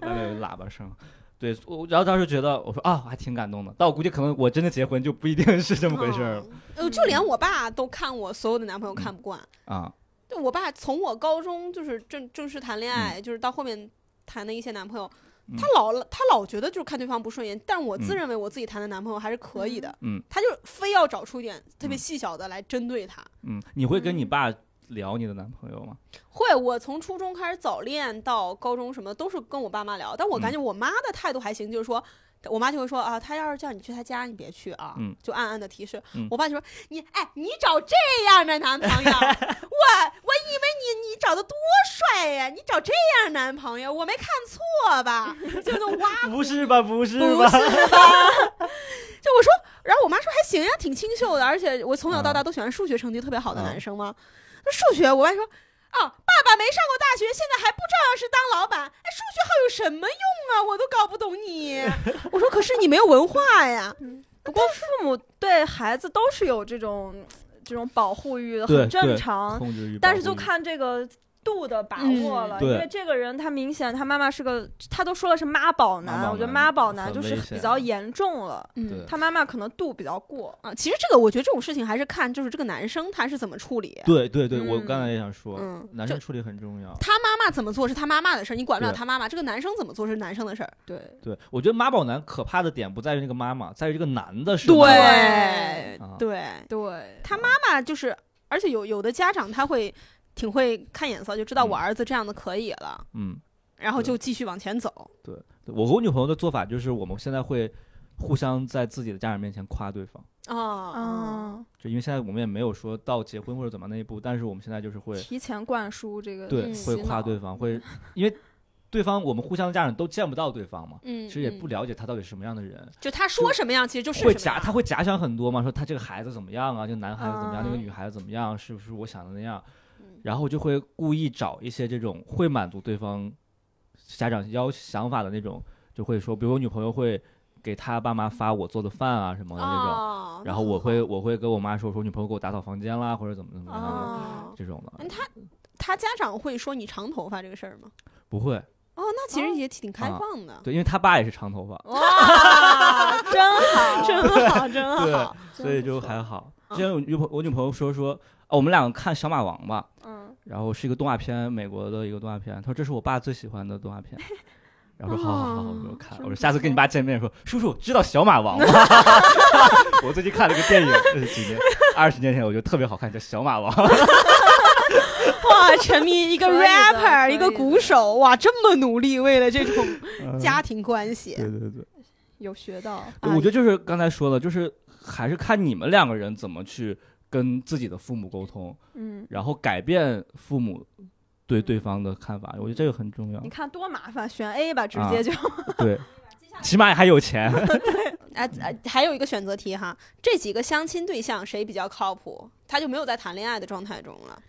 Speaker 3: 外 面有喇叭声。对，我然后当时觉得，我说啊，还挺感动的。但我估计可能我真的结婚就不一定是这么回事儿了
Speaker 1: 嗯呃，就连我爸都看我所有的男
Speaker 3: 嗯
Speaker 1: 朋友看不惯。
Speaker 3: 啊。
Speaker 1: 对我爸从我高中就是正正式谈恋爱，就是到后面谈的一些男朋友，
Speaker 3: 嗯
Speaker 1: 他老他老觉得就是看对方不顺眼，但我自
Speaker 3: 嗯
Speaker 1: 认为我自己谈的男朋友还是可以的，
Speaker 3: 嗯，
Speaker 1: 他就非要找出一点特别
Speaker 3: 嗯
Speaker 1: 细小的来针对他。
Speaker 3: 嗯，你会跟你爸聊你的男朋友吗？
Speaker 1: 会，我从初中开始早恋到高中什么都是跟我爸妈聊，但我感
Speaker 3: 嗯
Speaker 1: 觉我妈的态度还行，就是说。我妈就会说啊，她要是叫你去她家，你别去啊，
Speaker 3: 嗯
Speaker 1: 就暗暗的提示。
Speaker 3: 嗯
Speaker 1: 我爸就说你，哎，你找这样的男朋 友，我我以为你你找的多帅呀、你找这样的男朋友，我没看错吧？ 就那种哇，
Speaker 3: 不是吧，不是
Speaker 1: 不
Speaker 3: 吧？
Speaker 1: 是 吧？就我说，然后我妈说还行呀、挺清秀的，而且我从小
Speaker 3: 嗯
Speaker 1: 到大都喜欢数学成绩特别好的男生嘛。那数学，我爸说，哦，爸爸没上过大学，现在还不照样是当老板？哎，数学好有什么用啊？我都搞不懂 你。我说，可是你没有文化呀。
Speaker 2: 父母对孩子都是有这种这种保护欲的，
Speaker 3: 对
Speaker 2: 很正常。
Speaker 3: 控制欲，
Speaker 2: 但是就看这个度的把握
Speaker 3: 嗯
Speaker 2: 了，
Speaker 3: 对
Speaker 2: 因为这个人他明显他妈妈是个，他都说了是妈宝男，
Speaker 3: 妈宝男
Speaker 2: 我觉得妈宝男
Speaker 3: 很
Speaker 2: 就是
Speaker 3: 危险
Speaker 2: 比较严重了，
Speaker 3: 对
Speaker 2: 他妈妈可能度比较过，
Speaker 1: 啊，其实这个我觉得这种事情还是看就是这个男生他是怎么处理。
Speaker 3: 对对对，
Speaker 2: 嗯
Speaker 3: 我刚才也想说，
Speaker 1: 嗯，
Speaker 3: 男
Speaker 1: 就
Speaker 3: 生处理很重要。
Speaker 1: 他妈妈怎么做是他妈妈的事儿，你管不了
Speaker 3: 对
Speaker 1: 他妈妈。这个男生怎么做是男生的事儿。
Speaker 2: 对，
Speaker 3: 对，我觉得妈宝男可怕的点不在于那个妈妈，在于这个男的是妈妈
Speaker 1: 对
Speaker 3: 啊
Speaker 1: 对，
Speaker 2: 对，
Speaker 1: 他妈妈就是，而且有有的家长他会挺会看眼色，就知道我
Speaker 3: 嗯
Speaker 1: 儿子这样的可以了，
Speaker 3: 嗯。
Speaker 1: 然后
Speaker 3: 对
Speaker 1: 就继续往前走。
Speaker 3: 对，对我和我女朋友的做法就是，我们现在会互相在自己的家人面前夸对方，
Speaker 1: 哦，
Speaker 2: 嗯，
Speaker 3: 就因为现在我们也没有说到结婚或者怎么那一步，但是我们现在就是会
Speaker 2: 提前灌输这个
Speaker 3: 对
Speaker 1: 嗯
Speaker 3: 会
Speaker 2: 洗
Speaker 3: 夸
Speaker 2: 脑
Speaker 3: 对方，会因为对方我们互相的家长都见不到对方嘛，
Speaker 1: 嗯，
Speaker 3: 其实也不
Speaker 1: 嗯
Speaker 3: 了解他到底什么样的人，
Speaker 1: 就他说什么样，其实就是
Speaker 3: 会
Speaker 1: 什么
Speaker 3: 假
Speaker 1: 样
Speaker 3: 他会假想很多嘛，说他这个孩子怎么样啊，这个男孩子怎么样，那个
Speaker 2: 嗯
Speaker 3: 女孩子怎么样，是不是我想的那样
Speaker 1: 嗯？
Speaker 3: 然后就会故意找一些这种会满足对方家长要想法的那种，就会说，比如我女朋友会给她爸妈发我做的饭啊什么的那种，
Speaker 1: 哦，
Speaker 3: 然后我会嗯我会跟我妈说，说女朋友给我打扫房间啦，或者怎么怎么样的
Speaker 1: 哦，
Speaker 3: 这种的
Speaker 1: 嗯，他他家长会说你长头发这个事儿吗？
Speaker 3: 不会，
Speaker 1: 哦，那其实
Speaker 2: 哦
Speaker 1: 也挺开
Speaker 3: 啊
Speaker 1: 放的，
Speaker 3: 对，因为他爸也是长头发，
Speaker 2: 嗯
Speaker 1: 哇，真
Speaker 3: 啊
Speaker 1: 好， 真好，真哦好，
Speaker 2: 真
Speaker 3: 所以
Speaker 2: 不
Speaker 3: 就
Speaker 2: 错
Speaker 3: 还好。
Speaker 1: 嗯
Speaker 3: 之前我女朋我女朋友说说，哦，我们两个看《小马王》吧，
Speaker 1: 嗯，
Speaker 3: 然后是一个动画片，美国的一个动画片。他说这是我爸最喜欢的动画片，然后说好好好好，我说看，
Speaker 2: 真
Speaker 3: 我说
Speaker 2: 不
Speaker 3: 下次跟你
Speaker 2: 错
Speaker 3: 爸见面说，叔叔知道小马王吗？ 我最近看了一个电影，这是几年二十年前，我觉得特别好看，叫《小马王》。
Speaker 1: 哇，沉迷一个
Speaker 2: 可以的
Speaker 1: rapper，
Speaker 2: 可
Speaker 1: 一个
Speaker 2: 以的
Speaker 1: 鼓手，哇，这么努力为了这种 家庭关系，
Speaker 3: 对对对，
Speaker 2: 有学到，
Speaker 1: 啊
Speaker 3: 我觉得就是刚才说的，就是还是看你们两个人怎么去跟自己的父母沟通，
Speaker 2: 嗯，
Speaker 3: 然后改变父母对对方的看法，我觉得这个很重要
Speaker 2: 你。看多麻烦，选 A 吧，直
Speaker 3: 啊
Speaker 2: 接就，
Speaker 3: 对，起码还有钱。
Speaker 1: 哎、
Speaker 3: 嗯
Speaker 1: 哎还有一个选择题哈，这几个相亲对象谁比较靠谱？他就没有在谈恋爱的状态中了。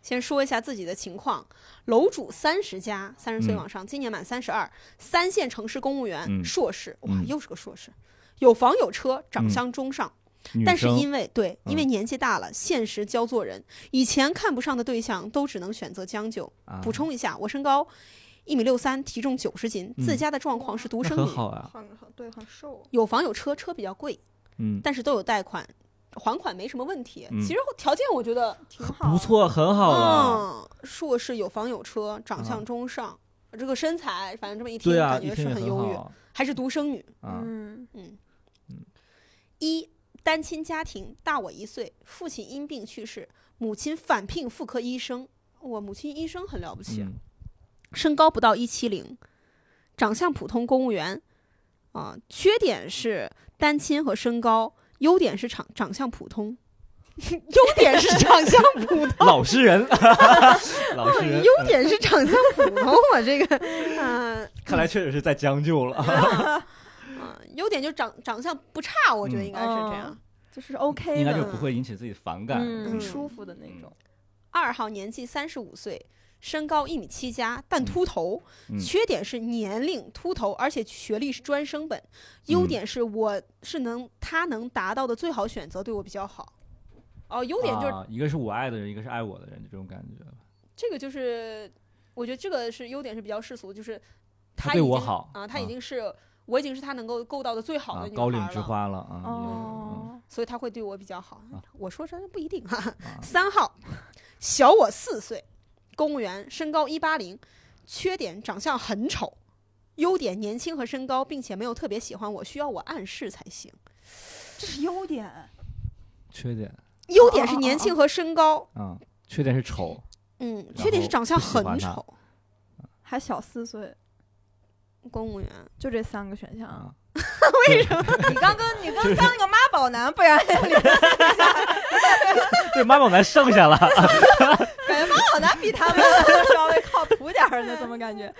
Speaker 1: 先说一下自己的情况，楼主三十加，三十岁
Speaker 3: 嗯
Speaker 1: 往上，今年满三十二，三线城市公务员，
Speaker 3: 嗯
Speaker 1: 硕士，哇，
Speaker 3: 嗯
Speaker 1: 又是个硕士，有房有车，长
Speaker 3: 嗯
Speaker 1: 相中上，
Speaker 3: 女
Speaker 1: 但是
Speaker 3: 生
Speaker 1: 因为对，因
Speaker 3: 嗯
Speaker 1: 为年纪大了，现实教做人，以前看不上的对象都只能选择将就。
Speaker 3: 啊
Speaker 1: 补充一下，我身高一米六三，体重九十斤，自
Speaker 3: 嗯
Speaker 1: 家的状况是独
Speaker 3: 那
Speaker 1: 生
Speaker 3: 很
Speaker 1: 女，
Speaker 3: 好啊，
Speaker 2: 很很对，很瘦，
Speaker 1: 有房有车，车比较贵，
Speaker 3: 嗯，
Speaker 1: 但是都有贷款，还款没什么问题。
Speaker 3: 嗯
Speaker 1: 其实条件我觉得，
Speaker 2: 挺好，
Speaker 3: 不，错，很好啊。
Speaker 1: 嗯，硕士有房有车，长相中上，这个身材，反正这么一听
Speaker 3: 对啊，
Speaker 1: 感
Speaker 3: 一
Speaker 1: 觉
Speaker 3: 听
Speaker 1: 是
Speaker 3: 也
Speaker 1: 很
Speaker 3: 很
Speaker 1: 优越，
Speaker 3: 好
Speaker 1: 还是独生女。
Speaker 3: 啊。
Speaker 2: 嗯，
Speaker 1: 嗯
Speaker 3: 嗯
Speaker 1: 一单亲家庭，大我一岁，父亲因病去世，母亲返聘妇科医生。我母亲医生很了不起啊，
Speaker 3: 嗯
Speaker 1: 身高不到一七零，长相普通公务员，啊、缺点是单亲和身高，优点是长长相普通， 优点是长相普通，
Speaker 3: 老实 人，老实人，
Speaker 1: 优点是长相普通，我这个，嗯、
Speaker 3: 看来确实是在将就了。
Speaker 1: 啊优点就长长相不差，我觉得应该是这样。
Speaker 2: 就是 OK
Speaker 3: 应该
Speaker 2: 的，
Speaker 3: 就不会引起自己反感。
Speaker 2: 嗯，
Speaker 1: 嗯
Speaker 2: 很舒服的那种，
Speaker 1: 二号年纪三十五岁，身高一米七加，但秃头，
Speaker 3: 嗯
Speaker 1: 缺点是年龄秃头，而且学历是专升本，
Speaker 3: 嗯
Speaker 1: 优点是我是能他能达到的最好选择，对我比较好。哦，优点就是、
Speaker 3: 啊一个是我爱的人，一个是爱我的人，这种感觉。
Speaker 1: 这个就是，我觉得这个是优点是比较世俗，就是
Speaker 3: 他
Speaker 1: 已
Speaker 3: 对
Speaker 1: 经
Speaker 3: 我好
Speaker 1: 啊，他已经是、我已经是他能够够到的最好
Speaker 3: 啊
Speaker 1: 的女孩
Speaker 3: 高岭
Speaker 1: 了
Speaker 3: 之花了啊。
Speaker 2: 哦。
Speaker 1: 所以他会对我比较好。
Speaker 3: 啊
Speaker 1: 我说真的不一定哈、
Speaker 3: 啊
Speaker 1: 三号，小我四岁，公务员，身高一八零，缺点长相很丑，优点年轻和身高，并且没有特别喜欢我，需要我暗示才行。
Speaker 2: 这是优点，
Speaker 3: 缺点
Speaker 1: 优点是年轻和身高，
Speaker 3: 啊，缺点是丑，
Speaker 1: 嗯，
Speaker 3: 后
Speaker 1: 缺点是长相
Speaker 3: 不
Speaker 1: 很
Speaker 3: 喜欢
Speaker 1: 丑。
Speaker 2: 还小四岁，
Speaker 1: 公务员，
Speaker 2: 就这三个选 项
Speaker 3: 啊。
Speaker 2: 为什么？你刚跟你刚刚那个妈宝男，不然感
Speaker 3: 对妈宝男剩下了。
Speaker 2: 觉妈宝男比他们 稍微靠谱点儿呢，怎么感觉？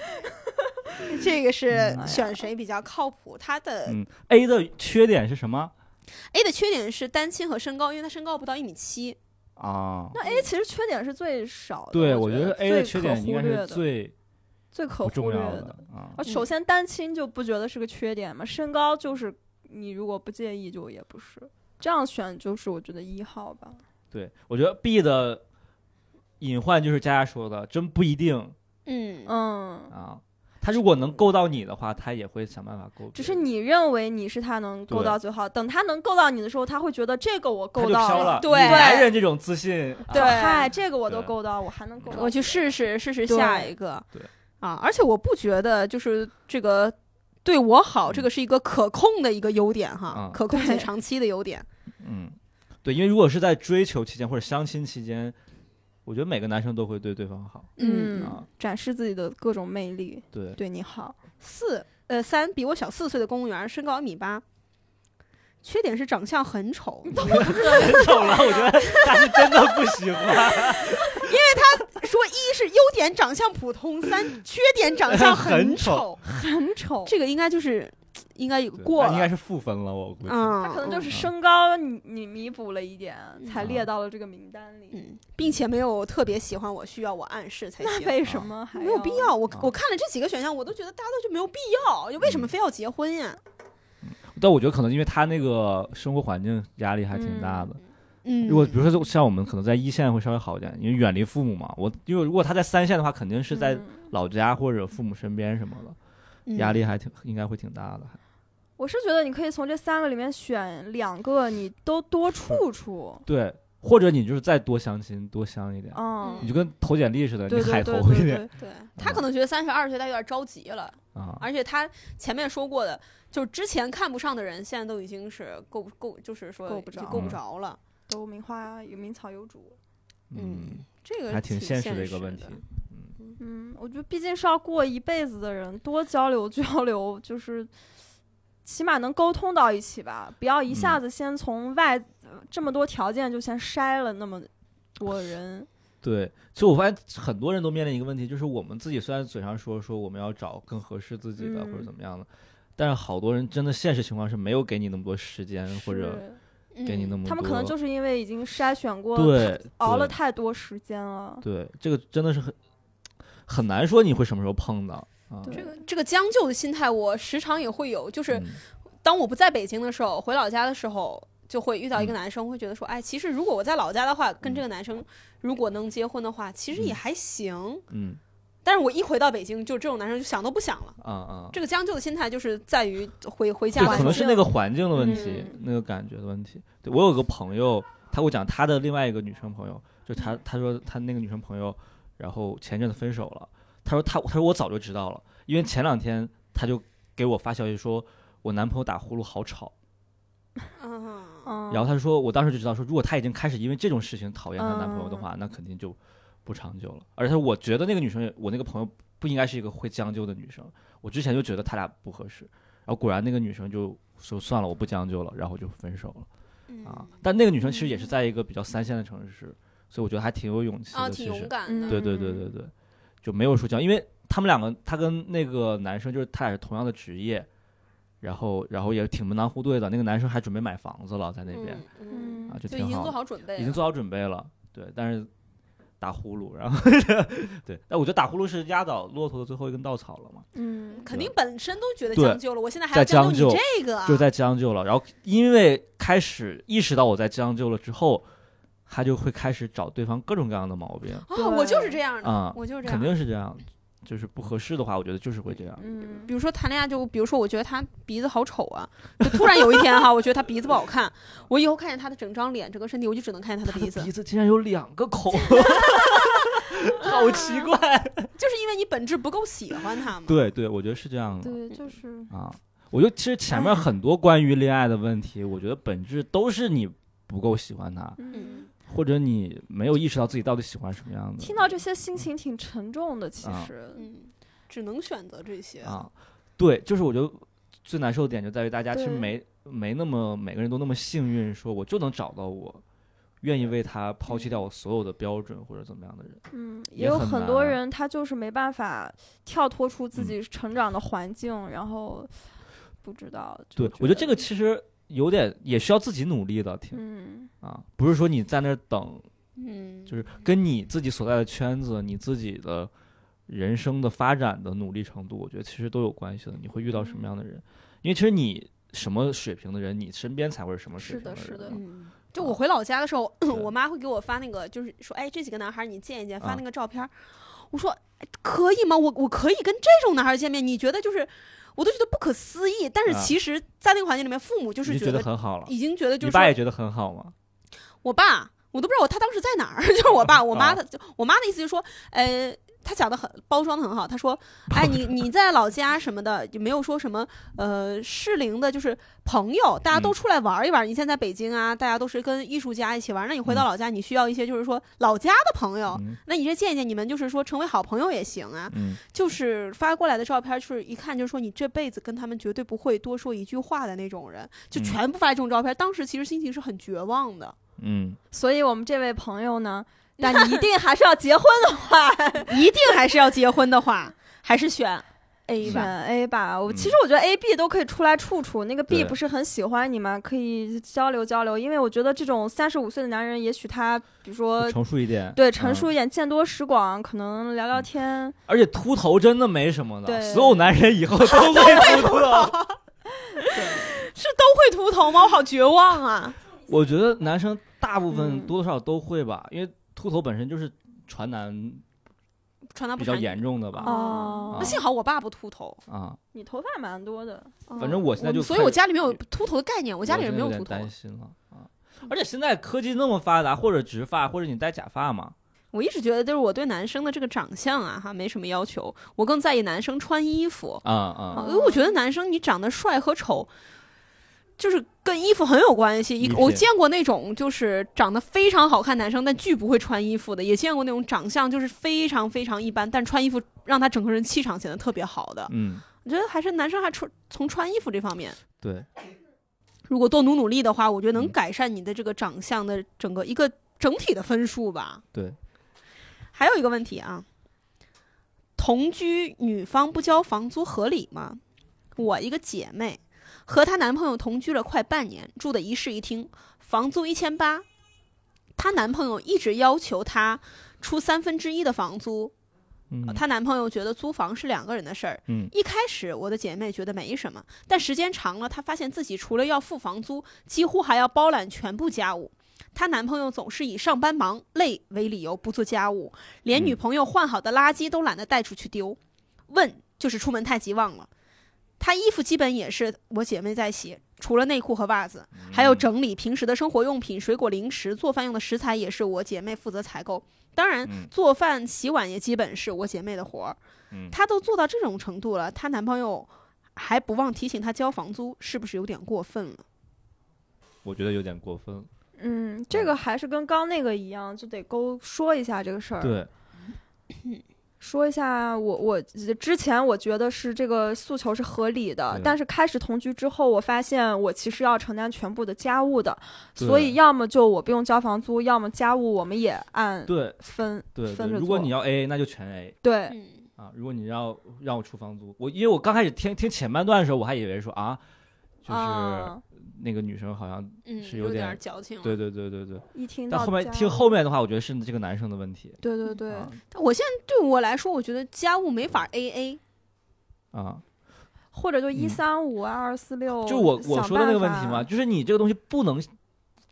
Speaker 1: 这个是
Speaker 3: 嗯
Speaker 1: 选谁比较靠谱？他的
Speaker 3: 嗯，A 的缺点是什么
Speaker 1: A 的缺点是单亲和身高，因为他身高不到一米七。
Speaker 3: 啊？
Speaker 2: 那 A 其实缺点是最少的，
Speaker 3: 对，
Speaker 2: 我
Speaker 3: 我觉得 A 的
Speaker 2: 最
Speaker 3: 缺
Speaker 2: 可
Speaker 3: 点应
Speaker 2: 忽
Speaker 3: 该
Speaker 2: 略
Speaker 3: 是
Speaker 2: 的
Speaker 3: 最
Speaker 2: 最可
Speaker 3: 不
Speaker 2: 忽
Speaker 3: 重
Speaker 2: 略
Speaker 3: 要
Speaker 2: 的。
Speaker 3: 啊。
Speaker 1: 嗯
Speaker 2: 啊，首先单亲就不觉得是个缺点嘛，身高就是你如果不介意就也不是，这样选就是我觉得一号吧。
Speaker 3: 对，我觉得 B 的隐患就是佳佳说的，真不一定
Speaker 1: 嗯
Speaker 2: 嗯，
Speaker 3: 啊。他如果能够到你的话，他也会想办法够别人。
Speaker 2: 只是你认为你是他能够
Speaker 3: 对
Speaker 2: 到最好，等他能够到你的时候，他会觉得这个我
Speaker 3: 他
Speaker 2: 够
Speaker 3: 就
Speaker 2: 到
Speaker 3: 飘了。
Speaker 1: 对
Speaker 3: 你男人这种自信，啊
Speaker 1: 对
Speaker 2: 嗨，这个我都
Speaker 3: 对
Speaker 2: 够到，我还能够到。嗯
Speaker 1: 我去试试试试下
Speaker 2: 对
Speaker 1: 一个。
Speaker 3: 对
Speaker 1: 啊，而且我不觉得就是这个对我好，这个是一个可控的一个优点哈，
Speaker 3: 嗯
Speaker 1: 可控且
Speaker 2: 对
Speaker 1: 长期的优点。
Speaker 3: 嗯，对，因为如果是在追求期间或者相亲期间，我觉得每个男生都会对对方好。
Speaker 1: 嗯
Speaker 3: 啊
Speaker 2: 嗯，展示自己的各种魅力，
Speaker 3: 对，
Speaker 2: 对你好。
Speaker 1: 四呃三比我小四岁的公务员，身高一米八，缺点是长相很 丑，
Speaker 3: 很丑了，我觉得他是真的不喜欢。
Speaker 1: 说一是优点长相普通，三缺点长相
Speaker 3: 很
Speaker 1: 丑
Speaker 3: 丑，
Speaker 2: 很丑。
Speaker 1: 这个应该就是应该有
Speaker 3: 对
Speaker 1: 过
Speaker 3: 那应该
Speaker 1: 了，
Speaker 3: 是负分了，我估计。
Speaker 1: 嗯，
Speaker 2: 他可能就
Speaker 3: 嗯
Speaker 2: 是身高你你弥补了一点，才
Speaker 3: 嗯
Speaker 2: 列到了这个名单里。
Speaker 1: 嗯，并且没有特别喜欢我，需要我暗示才
Speaker 2: 那
Speaker 1: 行。
Speaker 2: 为什么还
Speaker 1: 没有必要，我
Speaker 3: 啊嗯
Speaker 1: 我看了这几个选项，我都觉得大家都就没有必要，就为什么非要结婚呀？
Speaker 3: 但我觉得可能因为他那个生活环境压力还挺大的。
Speaker 1: 嗯，
Speaker 3: 如果比如说像我们可能在一线会稍微好一点，因为远离父母嘛。我因为如果他在三线的话，肯定是在
Speaker 2: 嗯
Speaker 3: 老家或者父母身边什么的，
Speaker 1: 嗯
Speaker 3: 压力还挺应该会挺大的。
Speaker 2: 我是觉得你可以从这三个里面选两个，你都多处处。
Speaker 3: 对，或者你就是再多相亲，多相一点，
Speaker 2: 嗯
Speaker 3: 你，就跟投简历似的，
Speaker 2: 对
Speaker 3: 你
Speaker 2: 对
Speaker 3: 海
Speaker 2: 对
Speaker 3: 投一
Speaker 2: 对
Speaker 3: 点
Speaker 2: 对，
Speaker 1: 对他可能觉得三十二岁他有点着急了，
Speaker 3: 嗯啊。
Speaker 1: 而且他前面说过的，就是之前看不上的人，现在都已经是够不够，就是说
Speaker 2: 够不着
Speaker 1: 就
Speaker 3: 嗯
Speaker 1: 够不着了。
Speaker 2: 都名花有名草有主。
Speaker 1: 嗯，这个
Speaker 3: 还挺
Speaker 1: 现实
Speaker 3: 现实的一个问题。
Speaker 2: 嗯，我觉得毕竟是要过一辈子的人，多交流交流，就是起码能沟通到一起吧，不要一
Speaker 3: 嗯
Speaker 2: 下子先从外、呃这么多条件就先筛了那么 多人。
Speaker 3: 对，其实我发现很多人都面临一个问题，就是我们自己虽然嘴上说说我们要找更合适自己的、
Speaker 2: 嗯
Speaker 3: 或者怎么样的，但是好多人真的现实情况是没有给你那么多时间或者
Speaker 2: 是嗯
Speaker 3: 给你那么多，
Speaker 2: 他们可能就是因为已经筛选过，
Speaker 3: 对
Speaker 2: 熬了
Speaker 3: 对
Speaker 2: 太多时间了。
Speaker 3: 对这个真的是很很难说你会什么时候碰到啊。
Speaker 2: 对
Speaker 1: 嗯这个这个将就的心态，我时常也会有，就是
Speaker 3: 嗯
Speaker 1: 当我不在北京的时候，回老家的时候。就会遇到一个
Speaker 3: 嗯
Speaker 1: 男生，会觉得说，哎，其实如果我在老家的话，跟这个男生如果能结婚的话，其实也
Speaker 3: 嗯
Speaker 1: 还行。
Speaker 3: 嗯
Speaker 1: 但是我一回到北京，就这种男生就想都不想了。
Speaker 3: 啊啊，
Speaker 1: 这个将就的心态就是在于回回家
Speaker 3: 对，
Speaker 1: 完
Speaker 3: 可能是那个环境的问题，
Speaker 2: 嗯
Speaker 3: 那个感觉的问题。对我有个朋友，他给我讲他的另外一个女生朋友，就他
Speaker 1: 嗯
Speaker 3: 他说他那个女生朋友，然后前阵子分手了。他说他他说我早就知道了，因为前两天他就给我发消息说我男朋友打呼噜好吵，
Speaker 1: 嗯，
Speaker 2: 嗯，
Speaker 3: 然后他就说我当时就知道说如果他已经开始因为这种事情讨厌她男朋友的话，那肯定就不长久了。而且我觉得那个女生也我那个朋友不应该是一个会将就的女生，我之前就觉得他俩不合适，然后果然那个女生就说算了，我不将就了，然后就分手了。
Speaker 1: 嗯
Speaker 3: 啊，但那个女生其实也是在一个比较三线的城市，所以我觉得还挺有勇气
Speaker 1: 啊，
Speaker 3: 的。
Speaker 1: 挺
Speaker 3: 其实，
Speaker 1: 勇敢的。
Speaker 3: 对对对对对，就没有说将，因为他们两个，他跟那个男生就是他俩是同样的职业，然后然后也挺门当户对的。那个男生还准备买房子了，在那边、
Speaker 1: 嗯，
Speaker 2: 嗯
Speaker 3: 啊，，就
Speaker 1: 就
Speaker 3: 挺
Speaker 1: 已经做
Speaker 3: 好
Speaker 1: 好准备
Speaker 3: 的，
Speaker 1: 了，
Speaker 3: 已经做好准备了。对，但是打呼噜，然后 对，但我觉得打呼噜是压倒骆驼的最后一根稻草了嘛。
Speaker 2: 嗯，
Speaker 1: 肯定本身都觉得
Speaker 3: 对
Speaker 1: 将就了，我现在还
Speaker 3: 在
Speaker 1: 要将
Speaker 3: 将
Speaker 1: 就你
Speaker 3: 就
Speaker 1: 这个啊，
Speaker 3: 就在将就了。然后因为开始意识到我在将就了之后，他就会开始找对方各种各样的毛病，
Speaker 1: 啊，我就是这样的
Speaker 3: 啊，
Speaker 1: 我就是这
Speaker 3: 肯
Speaker 1: 样。
Speaker 3: 定是这样，就是不合适的话，我觉得就是会这样。
Speaker 2: 嗯
Speaker 1: 比，如说谈恋爱，就比如说，我觉得他鼻子好丑啊，就突然有一 天哈，我觉得他鼻子不好看，我以后看见他的整张脸、整个身体，我就只能看见他的鼻子，
Speaker 3: 鼻子竟然有两个 孔， 好奇怪。
Speaker 1: 就是因为你本质不够喜欢他嘛。
Speaker 3: 对对，我觉得是这样的
Speaker 2: 对，就是
Speaker 3: 啊。我觉得其实前
Speaker 2: 嗯
Speaker 3: 面很多关于恋爱的问题，我觉得本质都是你不够喜欢他，
Speaker 2: 嗯。
Speaker 3: 或者你没有意识到自己到底喜欢什么样的。
Speaker 2: 听到这些心情挺沉重的，其
Speaker 3: 啊
Speaker 2: 实，
Speaker 1: 嗯，只能选择这些。
Speaker 3: 啊，对，就是我觉得最难受的点就在于大家其实
Speaker 2: 对
Speaker 3: 没没那么每个人都那么幸运，说我就能找到我愿意为他抛弃掉我所有的标准或者怎么样的人。
Speaker 2: 嗯，
Speaker 3: 也
Speaker 2: 也有
Speaker 3: 很
Speaker 2: 很
Speaker 3: 难
Speaker 2: 多
Speaker 3: 啊嗯
Speaker 2: 人他就是没办法跳脱出自己成长的环境，然后不知道。就
Speaker 3: 对，我觉得这个，其实有点也需要自己努力的，挺
Speaker 2: 嗯
Speaker 3: 啊，不是说你在那儿等，
Speaker 1: 嗯，
Speaker 3: 就是跟你自己所在的圈子、你自己的人生的发展的努力程度，我觉得其实都有关系的。你会遇到什么样的人？因为其实你什么水平的人，你身边才会是什么水
Speaker 2: 是
Speaker 3: 平
Speaker 2: 的
Speaker 3: 人
Speaker 2: 是的
Speaker 3: 嘛
Speaker 1: 嗯，就我回老家的时候，
Speaker 3: 对
Speaker 1: 我妈会给我发那个，就是说，哎，这几个男孩儿你见一见，发
Speaker 3: 啊
Speaker 1: 那个照片儿。我说哎可以吗？我我可以跟这种男孩儿见面？你觉得就是，我都觉得不可思议。但是
Speaker 3: 啊
Speaker 1: 其实，在那个环境里面，父母就
Speaker 3: 你
Speaker 1: 是觉
Speaker 3: 就觉得
Speaker 1: 得
Speaker 3: 很好了。
Speaker 1: 已经觉得就是
Speaker 3: 你
Speaker 1: 说
Speaker 3: 爸也觉得很好嘛？
Speaker 1: 我爸，我都不知道我他当时在哪儿。 就是我爸，我妈
Speaker 3: 啊
Speaker 1: 他，就我妈的意思就是说，呃。他讲的很包装的很好，他说：“哎，你你在老家什么的，也没有说什么呃适龄的，就是朋友，大家都
Speaker 3: 嗯
Speaker 1: 出来玩一玩。你现在在北京啊，大家都是跟艺术家一起玩。那你回到
Speaker 3: 嗯
Speaker 1: 老家，你需要一些就是说老家的朋友，
Speaker 3: 嗯
Speaker 1: 那你这见见你们就是说成为好朋友也行啊。
Speaker 3: 嗯
Speaker 1: 就是发过来的照片，就是一看就说你这辈子跟他们绝对不会多说一句话的那种人，就
Speaker 3: 嗯
Speaker 1: 全部发这种照片。当时其实心情是很绝望的。
Speaker 3: 嗯
Speaker 2: 所以我们这位朋友呢，但你一定还是要结婚的话，
Speaker 1: 一定还是要结婚的话，还是选 A 吧。
Speaker 2: 选 A 吧。我
Speaker 3: 嗯
Speaker 2: 其实我觉得 A、B 都可以出来处处，那个 B
Speaker 3: 对
Speaker 2: 不是很喜欢你吗？可以交流交流，因为我觉得这种三十五岁的男人，也许他比如说
Speaker 3: 成熟一嗯点，
Speaker 2: 呃对成
Speaker 3: 嗯
Speaker 2: 熟一点，见多识广，可能聊聊天。
Speaker 3: 而且秃头真的没什么的，
Speaker 2: 对
Speaker 3: 所有男人以后都会秃头。
Speaker 1: 是都会秃头吗？我好绝望啊！
Speaker 3: 我觉得男生大部分
Speaker 2: 嗯
Speaker 3: 多多少少都会吧，因为秃头本身就是传男
Speaker 1: 传达不
Speaker 3: 比较
Speaker 1: 传
Speaker 3: 严重的吧。
Speaker 2: 哦
Speaker 1: 那幸好我爸不秃头，
Speaker 3: 啊，
Speaker 2: 你头发蛮多的，
Speaker 3: 反正我现在就
Speaker 1: 所以
Speaker 3: 开
Speaker 1: 我
Speaker 3: 始
Speaker 1: 家里面有秃头的概念，我
Speaker 3: 我
Speaker 1: 家里
Speaker 3: 真
Speaker 1: 人没
Speaker 3: 的有
Speaker 1: 有秃
Speaker 3: 点
Speaker 1: 头。
Speaker 3: 担心了啊。而且现在科技那么发达，或者植发，或者你戴假发嘛，
Speaker 1: 我一直觉得就是我对男生的这个长相啊哈没什么要求，我更在意男生穿衣服，
Speaker 3: 啊啊，
Speaker 1: 啊因为我觉得男生你长得帅和丑。就是跟衣服很有关系，一
Speaker 3: 衣品
Speaker 1: 我见过那种就是长得非常好看男生，但巨不会穿衣服的，也见过那种长相就是非常非常一般，但穿衣服让他整个人气场显得特别好的。
Speaker 3: 嗯，
Speaker 1: 我觉得还是男生还穿从穿衣服这方面，
Speaker 3: 对，
Speaker 1: 如果多努努力的话，我觉得能
Speaker 3: 嗯
Speaker 1: 改善你的这个长相的整个一个整体的分数吧。
Speaker 3: 对。
Speaker 1: 还有一个问题啊，同居女方不交房租合理吗？我一个姐妹和她男朋友同居了快半年，住的一室一厅，房租一千八。她男朋友一直要求她出三分之一的房租，
Speaker 3: 嗯
Speaker 1: 她男朋友觉得租房是两个人的事儿。
Speaker 3: 嗯
Speaker 1: 一开始我的姐妹觉得没什么，但时间长了，她发现自己除了要付房租，几乎还要包揽全部家务。她男朋友总是以上班忙、累为理由不做家务，连
Speaker 3: 嗯
Speaker 1: 女朋友换好的垃圾都懒得带出去丢。问就是出门太急忘了。她衣服基本也是我姐妹在洗，除了内裤和袜子，
Speaker 3: 嗯
Speaker 1: 还有整理平时的生活用品、水果、零食、做饭用的食材也是我姐妹负责采购。当然，
Speaker 3: 嗯
Speaker 1: 做饭、洗碗也基本是我姐妹的活儿。
Speaker 3: 嗯
Speaker 1: 她都做到这种程度了，她男朋友还不忘提醒她交房租，是不是有点过分了？
Speaker 3: 我觉得有点过分了。
Speaker 2: 嗯，这个还是跟刚那个一样，就得勾说一下这个事儿。
Speaker 3: 对，
Speaker 2: 说一下我我之前我觉得是这个诉求是合理的
Speaker 3: 对，
Speaker 2: 但是开始同居之后，我发现我其实要承担全部的家务的，
Speaker 3: 对
Speaker 2: 所以要么就我不用交房租，要么家务我们也按
Speaker 3: 对
Speaker 2: 分
Speaker 3: 对对，
Speaker 2: 分着
Speaker 3: 如果
Speaker 2: 做
Speaker 3: 你。要 A A，那就全 A
Speaker 2: 对，
Speaker 1: 嗯，
Speaker 3: 啊。如果你要让我出房租，我因为我刚开始听听前半段的时候，我还以为说啊，就是
Speaker 2: 啊
Speaker 3: 那个女生好像
Speaker 1: 嗯
Speaker 3: 是有有点点
Speaker 1: 矫情
Speaker 3: 对对对对对，
Speaker 2: 一听
Speaker 3: 但
Speaker 2: 到
Speaker 3: 后面
Speaker 2: 家
Speaker 3: 听后面的话，我觉得是这个男生的问题
Speaker 2: 对对对，
Speaker 3: 啊
Speaker 1: 但我现在对我来说，我觉得家务没法 A A。
Speaker 3: 啊。
Speaker 2: 或者就一
Speaker 3: 嗯
Speaker 2: 三五啊，二四六，
Speaker 3: 就我我
Speaker 2: 想
Speaker 3: 说的那个问
Speaker 2: 办
Speaker 3: 题
Speaker 2: 法
Speaker 3: 嘛，，就是你这个东西不能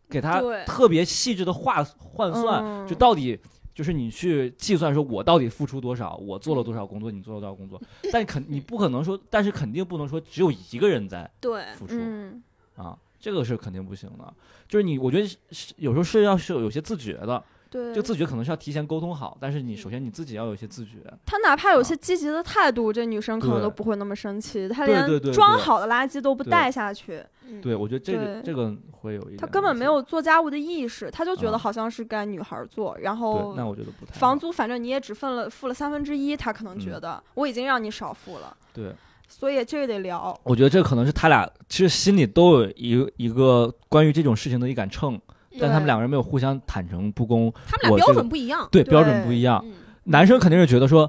Speaker 3: 给他
Speaker 2: 对
Speaker 3: 特别细致的划换算，
Speaker 2: 嗯
Speaker 3: 就到底。就是你去计算说，我到底付出多少，我做了多少工作，你做了多少 工作，但肯你不可能说，但是肯定不能说只有一个人在
Speaker 1: 对，
Speaker 3: 付出，
Speaker 2: 嗯，
Speaker 3: 啊，这个是肯定不行的。就是你，我觉得是是有时候是要是有有些自觉的，
Speaker 2: 对，嗯
Speaker 3: 这个自觉可能是要提前沟通好，但是你首先你自己要有一些自觉。
Speaker 2: 她哪怕有
Speaker 3: 啊
Speaker 2: 些积极的态度，这女生可能
Speaker 3: 对
Speaker 2: 都不会那么生气。她
Speaker 3: 对
Speaker 2: 连
Speaker 3: 对对
Speaker 2: 装
Speaker 3: 对
Speaker 2: 好的垃圾都不
Speaker 3: 对
Speaker 2: 带下去，
Speaker 1: 嗯
Speaker 3: 对，我觉得这个
Speaker 2: 对
Speaker 3: 这个会有一点，
Speaker 2: 她根本没。有做家务的意识，她就觉
Speaker 3: 啊
Speaker 2: 得好像是该女孩做。然
Speaker 3: 对，那
Speaker 2: 后
Speaker 3: 我觉得不太好
Speaker 2: 房租反正你也只分了付了三分之一，她可能觉
Speaker 3: 嗯
Speaker 2: 得我已经让你少付了，
Speaker 3: 对，
Speaker 2: 所以这个得聊。
Speaker 3: 我觉得这可能是他俩其实心里都有一个一个关于这种事情的一杆秤，但他们
Speaker 2: 对
Speaker 3: 两个人没有互相坦诚不公，
Speaker 1: 他们俩
Speaker 3: 我
Speaker 1: 标
Speaker 3: 这
Speaker 1: 准
Speaker 3: 个
Speaker 1: 不一样。
Speaker 3: 对啊
Speaker 2: 对
Speaker 3: 标准不一样。
Speaker 1: 嗯，
Speaker 3: 男生肯定是觉得说，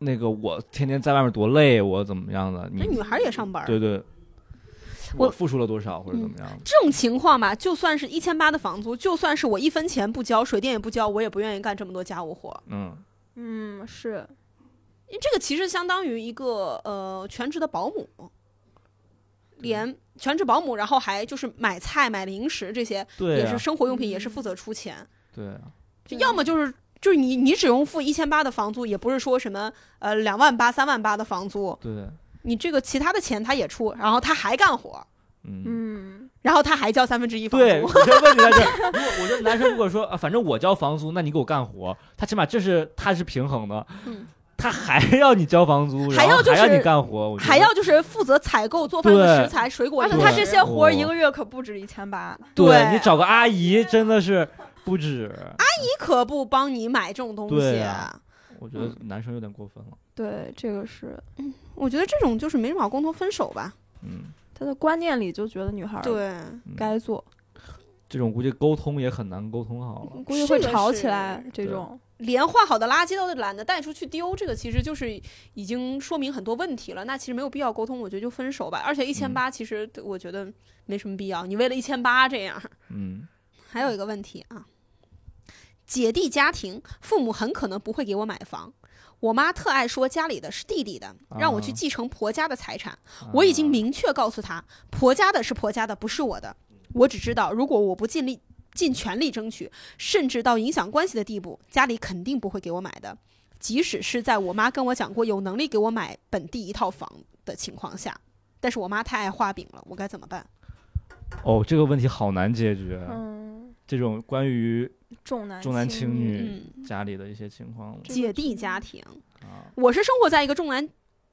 Speaker 3: 那个我天天在外面多累，我怎么样的，
Speaker 1: 这
Speaker 3: 你
Speaker 1: 女孩也上班儿。
Speaker 3: 对对，
Speaker 1: 我
Speaker 3: 我付出了多少或者
Speaker 1: 嗯
Speaker 3: 怎么样的。
Speaker 1: 这种情况吧，就算是一千八的房租，就算是我一分钱不交，水电也不交，我也不愿意干这么多家务活。
Speaker 3: 嗯，
Speaker 2: 嗯，是
Speaker 1: 因为这个其实相当于一个呃全职的保姆，
Speaker 3: 嗯
Speaker 1: 连全职保姆，然后还就是买菜、买零食这些，
Speaker 3: 对啊
Speaker 1: 也
Speaker 3: 呀、
Speaker 1: 是生活用品，也是
Speaker 2: 嗯
Speaker 1: 负责出钱。
Speaker 3: 对啊，
Speaker 1: 就
Speaker 2: 对
Speaker 1: 要么就是就是你你只用付一千八的房租，也不是说什么呃两万八、三万八的房租，
Speaker 3: 对，
Speaker 1: 你这个其他的钱他也出，然后他还干活，
Speaker 3: 嗯，
Speaker 2: 嗯，
Speaker 1: 然后他还交三分之一房租。
Speaker 3: 对，我觉得问题在这儿。如果我觉得男生如果说啊，反正我交房租，那你给我干活，他起码这是他是平衡的，
Speaker 1: 嗯
Speaker 3: 他还要你交房租，
Speaker 1: 还
Speaker 3: 然后
Speaker 1: 要就
Speaker 3: 还
Speaker 1: 是
Speaker 3: 让你干活，我觉得
Speaker 1: 还要就是负责采购做饭的
Speaker 3: 对
Speaker 1: 食材、水果
Speaker 2: 而
Speaker 1: 零
Speaker 2: 且
Speaker 1: 食，
Speaker 2: 她这些活儿一
Speaker 3: 哦
Speaker 2: 个月可不止一千八。
Speaker 3: 对
Speaker 1: 对
Speaker 3: 你找个阿姨真的是不止，
Speaker 1: 你可不帮你买这种东西
Speaker 3: 对。啊我觉得男生有点过分了。
Speaker 2: 对，这个是
Speaker 1: 我觉得这种就是没什么好沟通，分手吧。
Speaker 3: 嗯，
Speaker 2: 她的观念里就觉得女孩儿
Speaker 1: 对，
Speaker 3: 嗯
Speaker 2: 该做。
Speaker 3: 这种估计沟通也很难沟通好了。
Speaker 2: 估计会
Speaker 1: 是的
Speaker 2: 吵
Speaker 1: 是
Speaker 2: 起
Speaker 1: 的
Speaker 2: 来。这
Speaker 3: 对
Speaker 2: 种
Speaker 1: 连换好的垃圾都懒得带出去丢，这个其实就是已经说明很多问题了。那其实没有必要沟通，我觉得就分手吧。而且一千八，其实我觉得没什么必要。你为了一千八这样，
Speaker 3: 嗯，
Speaker 1: 还有一个问题啊，姐弟家庭，父母很可能不会给我买房。我妈特爱说家里的是弟弟的，让我去
Speaker 3: 啊
Speaker 1: 继承婆家的财产。我已经
Speaker 3: 啊
Speaker 1: 明确告诉她，婆家的是婆家的，不是我的。
Speaker 3: 嗯
Speaker 1: 我只知道，如果我不尽力、尽全力争取，甚至到影响关系的地步，家里肯定不会给我买的。即使是在我妈跟我讲过有能力给我买本地一套房的情况下，但是我妈太爱画饼了，我该怎么办？
Speaker 3: 哦，这个问题好难解决。
Speaker 2: 嗯，
Speaker 3: 这种关于
Speaker 4: 重男
Speaker 3: 啊重男轻女
Speaker 1: 嗯，
Speaker 3: 家里的一些情况
Speaker 4: 这
Speaker 1: 姐
Speaker 4: 个
Speaker 1: 弟
Speaker 4: 真
Speaker 1: 家
Speaker 4: 的
Speaker 1: 庭，
Speaker 3: 啊，
Speaker 1: 我是生活在一个重男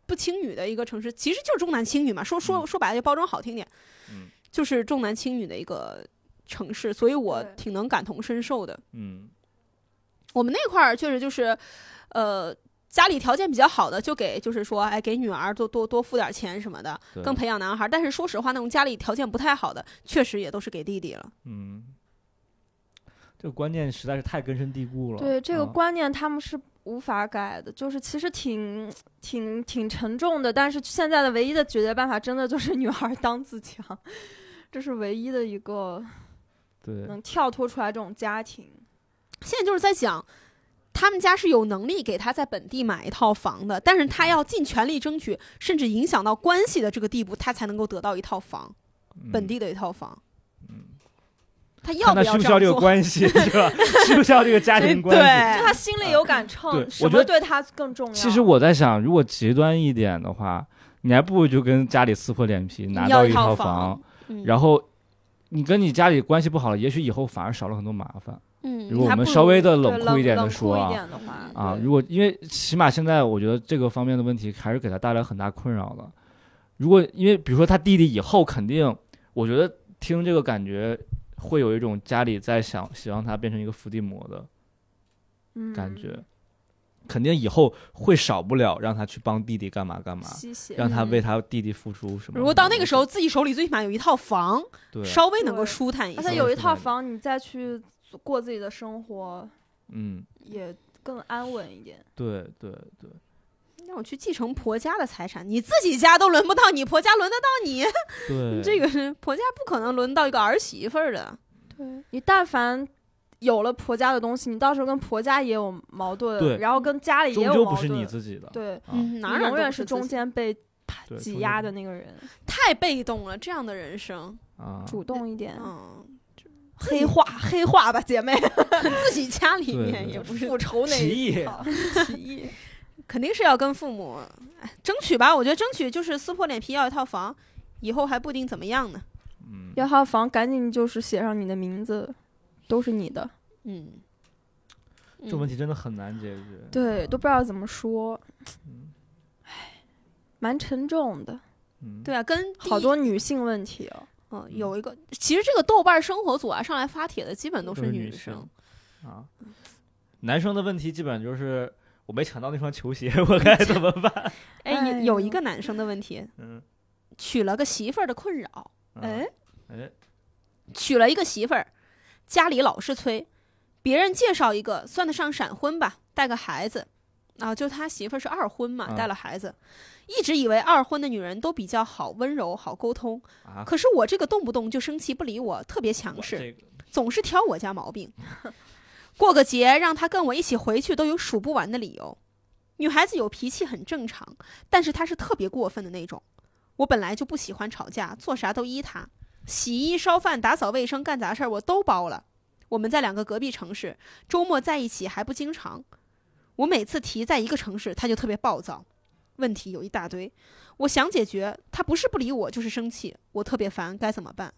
Speaker 1: 不轻女的一个城市，其实就是重男轻女嘛。说说
Speaker 3: 嗯
Speaker 1: 说白了，包装好听点，
Speaker 3: 嗯
Speaker 1: 就是重男轻女的一个城市，所以我
Speaker 4: 对
Speaker 1: 挺能感同身受的。
Speaker 3: 嗯
Speaker 1: 我们那块儿确实就是，呃，家里条件比较好的就给就是说，哎，给女儿多多多付点钱什么的，
Speaker 3: 对
Speaker 1: 更培养男孩儿。但是说实话，那种家里条件不太好的，确实也都是给弟弟了。
Speaker 3: 嗯，这个观念实在是太根深蒂固了。
Speaker 2: 对这个
Speaker 3: 啊
Speaker 2: 观念他们是无法改的，就是其实挺挺挺沉重的，但是现在的唯一的解决办法，真的就是女孩儿当自强，这是唯一的一个
Speaker 3: 对
Speaker 1: 嗯
Speaker 2: 能跳脱出来这种家庭。
Speaker 1: 现在就是在讲，他们家是有能力给他在本地买一套房的，但是他要尽全力争取，甚至影响到关系的这个地步，他才能够得到一套房，本
Speaker 3: 嗯
Speaker 1: 地的一套房。
Speaker 3: 嗯
Speaker 1: 他要
Speaker 3: 看
Speaker 1: 不
Speaker 3: 他
Speaker 1: 要
Speaker 3: 需
Speaker 1: 这
Speaker 3: 不需要
Speaker 1: 样
Speaker 3: 这个
Speaker 1: 做？
Speaker 3: 关系， 是吧？需不需要这个家庭关系？
Speaker 2: 就
Speaker 1: 对，
Speaker 2: 他心里有杆秤，
Speaker 3: 对
Speaker 2: 什
Speaker 3: 我觉
Speaker 2: 么
Speaker 3: 得
Speaker 2: 对他更重要？
Speaker 3: 其实我在想，如果极端一点的话，你还不如就跟家里撕破脸皮拿
Speaker 1: 要
Speaker 3: 到
Speaker 1: 一
Speaker 3: 一
Speaker 1: 套
Speaker 3: 套
Speaker 1: 房
Speaker 3: 房，
Speaker 1: 嗯
Speaker 3: 然后你跟你家里关系不好了，也许以后反而少了很多麻烦。
Speaker 1: 嗯，
Speaker 3: 如果
Speaker 1: 还
Speaker 3: 我们
Speaker 1: 不
Speaker 3: 稍微
Speaker 1: 如
Speaker 3: 的
Speaker 2: 对
Speaker 3: 冷
Speaker 2: 冷
Speaker 3: 酷一点
Speaker 2: 冷
Speaker 3: 的
Speaker 2: 酷
Speaker 3: 说
Speaker 2: 一
Speaker 3: 啊
Speaker 2: 点的话，
Speaker 3: 啊，
Speaker 2: 对
Speaker 3: 如果因为起码现在我觉得这个方面的问题还是给他带来很大困扰的。如果因为比如说他弟弟以后肯定，我觉得听这个感觉会有一种家里在想想让他变成一个伏地魔的
Speaker 2: 嗯
Speaker 3: 感觉，肯定以后会少不了让他去帮弟弟干嘛干嘛，
Speaker 2: 吸血，
Speaker 3: 让他
Speaker 1: 嗯
Speaker 3: 为他弟弟付出什么。
Speaker 1: 如果到那个时候，自己手里最起码有一套房，
Speaker 3: 对，
Speaker 1: 稍微能够
Speaker 2: 对
Speaker 1: 舒坦一
Speaker 2: 而
Speaker 1: 些
Speaker 2: 且。有一套房，你再去过自己的生活
Speaker 3: 嗯，
Speaker 2: 也更安稳一点。
Speaker 3: 对对对，
Speaker 1: 让我去继承婆家的财产，你自己家都轮不到你，婆家轮得到你？
Speaker 3: 对，啊
Speaker 1: 这个是婆家不可能轮到一个儿媳妇儿的。
Speaker 2: 对你但凡有了婆家的东西，你到时候跟婆家也有矛
Speaker 3: 对
Speaker 2: 盾，然后跟家里也
Speaker 3: 终
Speaker 2: 有
Speaker 3: 究
Speaker 2: 矛
Speaker 3: 不是
Speaker 2: 盾，
Speaker 3: 你自己的，
Speaker 2: 对，
Speaker 3: 啊，
Speaker 1: 嗯，哪
Speaker 2: 你
Speaker 1: 儿哪儿
Speaker 2: 永
Speaker 1: 都
Speaker 2: 远
Speaker 1: 不
Speaker 2: 是
Speaker 1: 自己
Speaker 2: 中间被
Speaker 3: 对
Speaker 2: 挤压的那个人，
Speaker 1: 太被动了，这样的人生，
Speaker 3: 啊，
Speaker 2: 主动一点，
Speaker 1: 嗯，
Speaker 2: 黑化黑化 吧，姐妹，
Speaker 1: 自己家里
Speaker 3: 对
Speaker 1: 面
Speaker 3: 对
Speaker 1: 也不是
Speaker 2: 复仇那
Speaker 3: 起
Speaker 2: 一
Speaker 3: 义，
Speaker 2: 套起义，
Speaker 1: 肯定是要跟父母哎争取吧。我觉得争取就是撕破脸皮要一套房，以后还不一定怎么样呢。
Speaker 3: 嗯，
Speaker 2: 要套房赶紧就是写上你的名字，都是你的，
Speaker 1: 嗯，
Speaker 3: 这问题真的很难解决。啊
Speaker 2: 对，都不知道怎么说，
Speaker 3: 嗯
Speaker 2: 蛮沉重的，
Speaker 3: 嗯，
Speaker 1: 嗯对啊，跟第
Speaker 2: 好
Speaker 1: 一
Speaker 2: 多女性问题哦，
Speaker 1: 嗯有一个，其实这个豆瓣生活组啊，上来发帖的基本都
Speaker 3: 都
Speaker 1: 是
Speaker 3: 是
Speaker 1: 女
Speaker 3: 女
Speaker 1: 生。嗯
Speaker 3: 性啊，男生的问题基本就是我没抢到那双球鞋，我该怎么办？
Speaker 1: 哎，有
Speaker 2: 哎
Speaker 1: 有一
Speaker 2: 呦
Speaker 1: 个男生的问题，
Speaker 3: 嗯，
Speaker 1: 娶了个媳妇儿的困扰。
Speaker 3: 啊
Speaker 1: 哎，
Speaker 3: 哎，
Speaker 1: 娶了一个媳妇儿，家里老是催，别人介绍一个算得上闪婚吧，带个孩子，啊，就他媳妇儿是二婚嘛，
Speaker 3: 啊
Speaker 1: 带了孩子，一直以为二婚的女人都比较好温柔好沟通，
Speaker 3: 啊，
Speaker 1: 可是我这个动不动就生气不理我，特别强
Speaker 3: 我
Speaker 1: 势，
Speaker 3: 这个
Speaker 1: 总是挑我家毛病， 过个节让他跟我一起回去都有数不完的理由。女孩子有脾气很正常，但是她是特别过分的那种。我本来就不喜欢吵架，做啥都依她，洗衣、烧饭、打扫卫生、干杂事儿我都包了。我们在两个隔壁城市，周末在一起还不经常。我每次提在一个城市，她就特别暴躁，问题有一大堆。我想解决，她不是不理我，就是生气，我特别烦，该怎么办？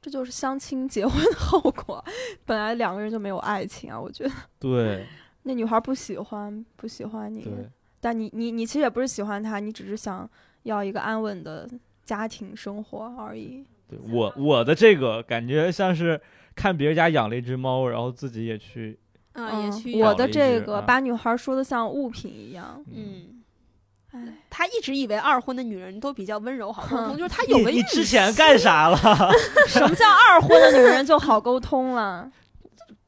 Speaker 2: 这就是相亲结婚的后果，本来两个人就没有爱情啊，我觉得。
Speaker 1: 哎
Speaker 3: 对
Speaker 2: 那女孩不喜欢不喜欢你，
Speaker 3: 对，
Speaker 2: 但你你你其实也不是喜欢她，你只是想要一个安稳的家庭生活而已。
Speaker 3: 对我我的这个感觉像是看别人家养了一只猫，然后自己也去，
Speaker 1: 啊
Speaker 2: 嗯
Speaker 3: 搞
Speaker 2: 我
Speaker 3: 了
Speaker 2: 的
Speaker 3: 一
Speaker 2: 这
Speaker 3: 只
Speaker 2: 个
Speaker 3: 啊
Speaker 2: 把女孩说的像物品一样，
Speaker 1: 嗯，
Speaker 5: 哎，
Speaker 1: 他一直以为二婚的女人都比较温柔好沟通，
Speaker 5: 哼
Speaker 1: 就是他有啊
Speaker 3: 你
Speaker 1: 个
Speaker 3: 你
Speaker 1: 预
Speaker 3: 之
Speaker 1: 期
Speaker 3: 前干啥了？
Speaker 5: 什么叫二婚的女人就好沟通 了？